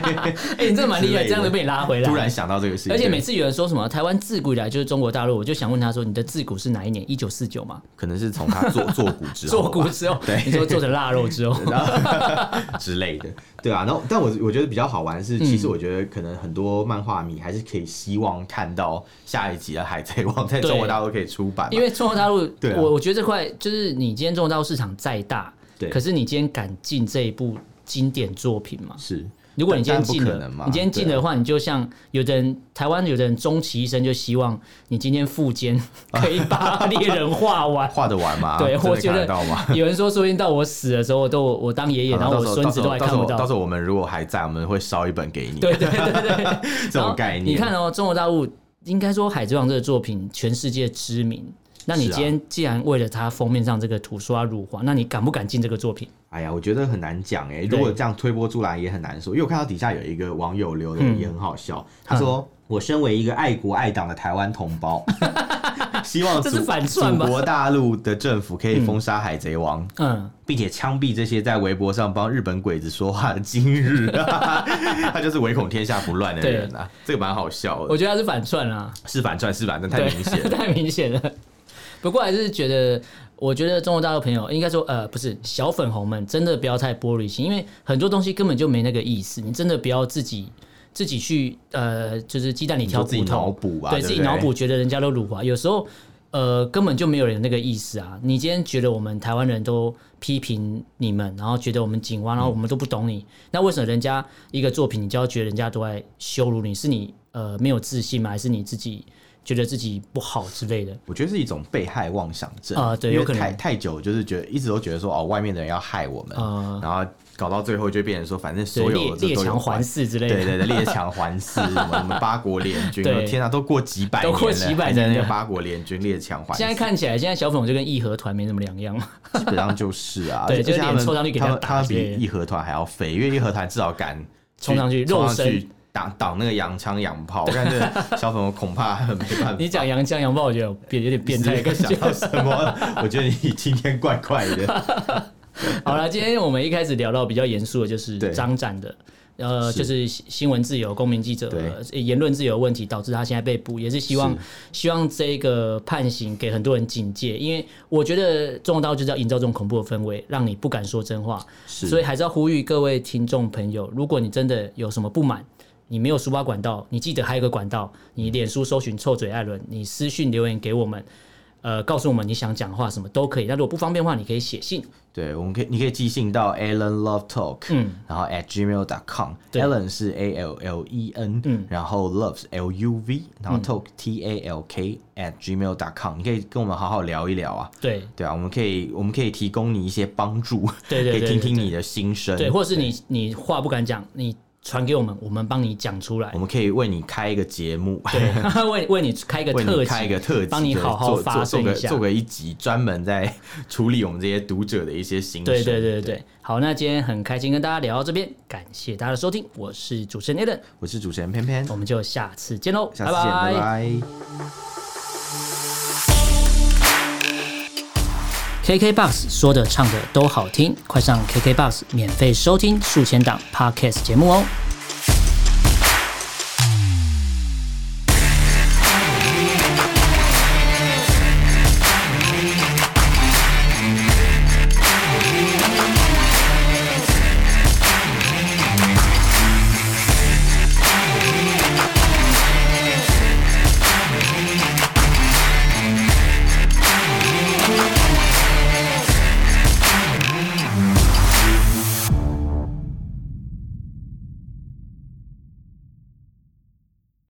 Speaker 1: 你真的蛮厉害，
Speaker 2: 之类的
Speaker 1: 这样子被你拉回来。
Speaker 2: 突然想到这个事情，
Speaker 1: 而且
Speaker 2: 对
Speaker 1: 每次有人说什么台湾自古以来就是中国大陆，我就想问他说你的自古是哪一年？一九四九吗？
Speaker 2: 可能是从他做做股 之后
Speaker 1: 做
Speaker 2: 吧，
Speaker 1: 古之后，你说做成腊肉之 后，
Speaker 2: 然 后之类的，对啊。然后，但我我觉得比较好玩
Speaker 1: 嗯
Speaker 2: 是，其实我觉得可能很多漫画迷还是可以希望看到下一集的《海贼王》在中国大陆可以出版嘛，
Speaker 1: 因为中国大陆，
Speaker 2: 对啊
Speaker 1: 我我觉得这块就是你今天中国大陆市场再大，
Speaker 2: 对
Speaker 1: 可是你今天敢进这一部经典作品吗？
Speaker 2: 是
Speaker 1: 如果你今天
Speaker 2: 但
Speaker 1: 进
Speaker 2: 不
Speaker 1: 了
Speaker 2: 可能嘛，
Speaker 1: 你今天进
Speaker 2: 对啊
Speaker 1: 的话，你就像有的人台湾有的人终其一生就希望你今天复健 可以把猎人画完。
Speaker 2: 画得完吗？
Speaker 1: 对
Speaker 2: 真的
Speaker 1: 我觉
Speaker 2: 看
Speaker 1: 得
Speaker 2: 得到吗？
Speaker 1: 有人说，说不定到我死的时候，我都我当爷爷，然
Speaker 2: 好
Speaker 1: 后
Speaker 2: 到
Speaker 1: 我
Speaker 2: 时候
Speaker 1: 孙子都还
Speaker 2: 到时
Speaker 1: 看
Speaker 2: 候
Speaker 1: 不
Speaker 2: 到时
Speaker 1: 到。
Speaker 2: 候我们如果还在，我们会烧一本给你，
Speaker 1: 对对对对对，
Speaker 2: 这种概念。
Speaker 1: 你看哦，中国大陆应该说《海贼王》这个作品全世界知名。那你
Speaker 2: 是啊
Speaker 1: 今天既然为了它封面上这个图说它辱华，那你敢不敢进这个作品？
Speaker 2: 哎呀，我觉得很难讲哎、如果这样推波助澜也很难说，因为我看到底下有一个网友留的
Speaker 1: 嗯
Speaker 2: 也很好笑，他说：“我身为一个爱国爱党的台湾同 胞，希望
Speaker 1: 这
Speaker 2: 祖
Speaker 1: 是反串
Speaker 2: 祖
Speaker 1: 吧
Speaker 2: 国大陆的政府可以封杀海贼王。
Speaker 1: 嗯，
Speaker 2: 并且枪毙这些在微博上帮日本鬼子说话的 今日， 他就是唯恐天下不乱的人啊，这个蛮好笑
Speaker 1: 我
Speaker 2: 的。
Speaker 1: 觉得它是反串啊。
Speaker 2: 是反串是反串，太明显了。
Speaker 1: 太明显了。不过还是觉得，我觉得中国大陆朋友应该说，呃，不是小粉红们，真的不要太玻璃心，因为很多东西根本就没那个意思。你真的不要自己自己去，呃，就是鸡蛋里
Speaker 2: 你就
Speaker 1: 挑
Speaker 2: 自
Speaker 1: 骨
Speaker 2: 己脑
Speaker 1: 头，
Speaker 2: 补吧，
Speaker 1: 对
Speaker 2: 对
Speaker 1: 自
Speaker 2: 不
Speaker 1: 己脑补，觉得人家都辱华，有时候呃根本就没有人那个意思啊。你今天觉得我们台湾人都批评你们，然后觉得我们警蛙，然后我们都不懂你，那为什么人家一个作品你就要觉得人家都在羞辱你？是你呃没有自信吗？还是你自己觉得自己不好之类的？
Speaker 2: 我觉得是一种被害妄想症
Speaker 1: 啊对
Speaker 2: 因为
Speaker 1: 有可能
Speaker 2: 太太久就是觉得一直都觉得说哦，外面的人要害我们，
Speaker 1: 啊
Speaker 2: 然后搞到最后就变成说，反正
Speaker 1: 对，
Speaker 2: 所
Speaker 1: 列
Speaker 2: 有的
Speaker 1: 列
Speaker 2: 都有
Speaker 1: 强环视之类的。
Speaker 2: 对对对，列强 环视什么什么八国联军，
Speaker 1: 对
Speaker 2: 我天哪，都过几百年
Speaker 1: 都
Speaker 2: 了，
Speaker 1: 过几百
Speaker 2: 还在
Speaker 1: 年
Speaker 2: 那
Speaker 1: 了
Speaker 2: 个八国联军列强环视，
Speaker 1: 现在看起来，现在小粉红就跟义和团没什么两 样嘛。
Speaker 2: 基本上就是啊，
Speaker 1: 对
Speaker 2: 而且
Speaker 1: 就是
Speaker 2: 他
Speaker 1: 脸
Speaker 2: 们
Speaker 1: 凑上去给
Speaker 2: 他
Speaker 1: 他
Speaker 2: 们
Speaker 1: 打
Speaker 2: 他们
Speaker 1: 之类
Speaker 2: 比
Speaker 1: 的
Speaker 2: 义和团还要飞，因为义和团至少敢
Speaker 1: 冲上去
Speaker 2: 冲
Speaker 1: 肉
Speaker 2: 上
Speaker 1: 身
Speaker 2: 去挡挡那个洋枪洋炮，我看 这个小粉红恐怕很没办法。
Speaker 1: 你讲洋江洋炮，我觉得有变有点变态的感
Speaker 2: 你是不是
Speaker 1: 觉。
Speaker 2: 想到什么？我觉得你今天怪怪的。
Speaker 1: 好了，今天我们一开始聊到比较严肃的，就是
Speaker 2: 对
Speaker 1: 张展的，呃，
Speaker 2: 是
Speaker 1: 就是新新闻自由、公民记者、
Speaker 2: 对
Speaker 1: 呃言论自由问题，导致他现在被捕，也是希望
Speaker 2: 是
Speaker 1: 希望这个判刑给很多人警戒，因为我觉得中国大陆就是要营造这种恐怖的氛围，让你不敢说真话，
Speaker 2: 是
Speaker 1: 所以还是要呼吁各位听众朋友，如果你真的有什么不满，你没有抒发管道，你记得还有一个管道，你脸书搜寻“臭嘴艾伦”，你私讯留言给我们，呃，告诉我们你想讲话什么都可以。那如果不方便的话，你可以写信。
Speaker 2: 对，我们可以，你可以寄信到 Alan Love Talk，嗯，然后 at gmail.com。
Speaker 1: 对
Speaker 2: Alan 是 A L L E N，嗯，然后 Love 是 L U V，然
Speaker 1: 嗯
Speaker 2: 后 Talk T A L K at gmail.com。你可以跟我们好好聊一聊啊。
Speaker 1: 对
Speaker 2: 对啊，我们可以，我们可以提供你一些帮助，
Speaker 1: 对对对
Speaker 2: 可以听听你的心声，
Speaker 1: 对，或是你你话不敢讲，你传给我们，我们帮你讲出来
Speaker 2: 我。们可以为你开一个节目，
Speaker 1: 对， 为为你开一个
Speaker 2: 为你
Speaker 1: 特
Speaker 2: 开一个
Speaker 1: 辑，
Speaker 2: 特辑，
Speaker 1: 帮你
Speaker 2: 对
Speaker 1: 好好
Speaker 2: 做
Speaker 1: 发
Speaker 2: 做
Speaker 1: 声
Speaker 2: 做
Speaker 1: 一
Speaker 2: 个
Speaker 1: 下
Speaker 2: 做个一集，专门在处理我们这些读者的一些心声。
Speaker 1: 对对对对对。好，那今天很开心跟大家聊到这边，感谢大家的收听，我是主持人 Allen，
Speaker 2: 我是主持人偏偏，
Speaker 1: 我们就下次见喽，
Speaker 2: 下次见，拜拜。
Speaker 1: KKBOX 说的唱的都好听，快上 KKBOX 免费收听数千档 Podcast 节目哦。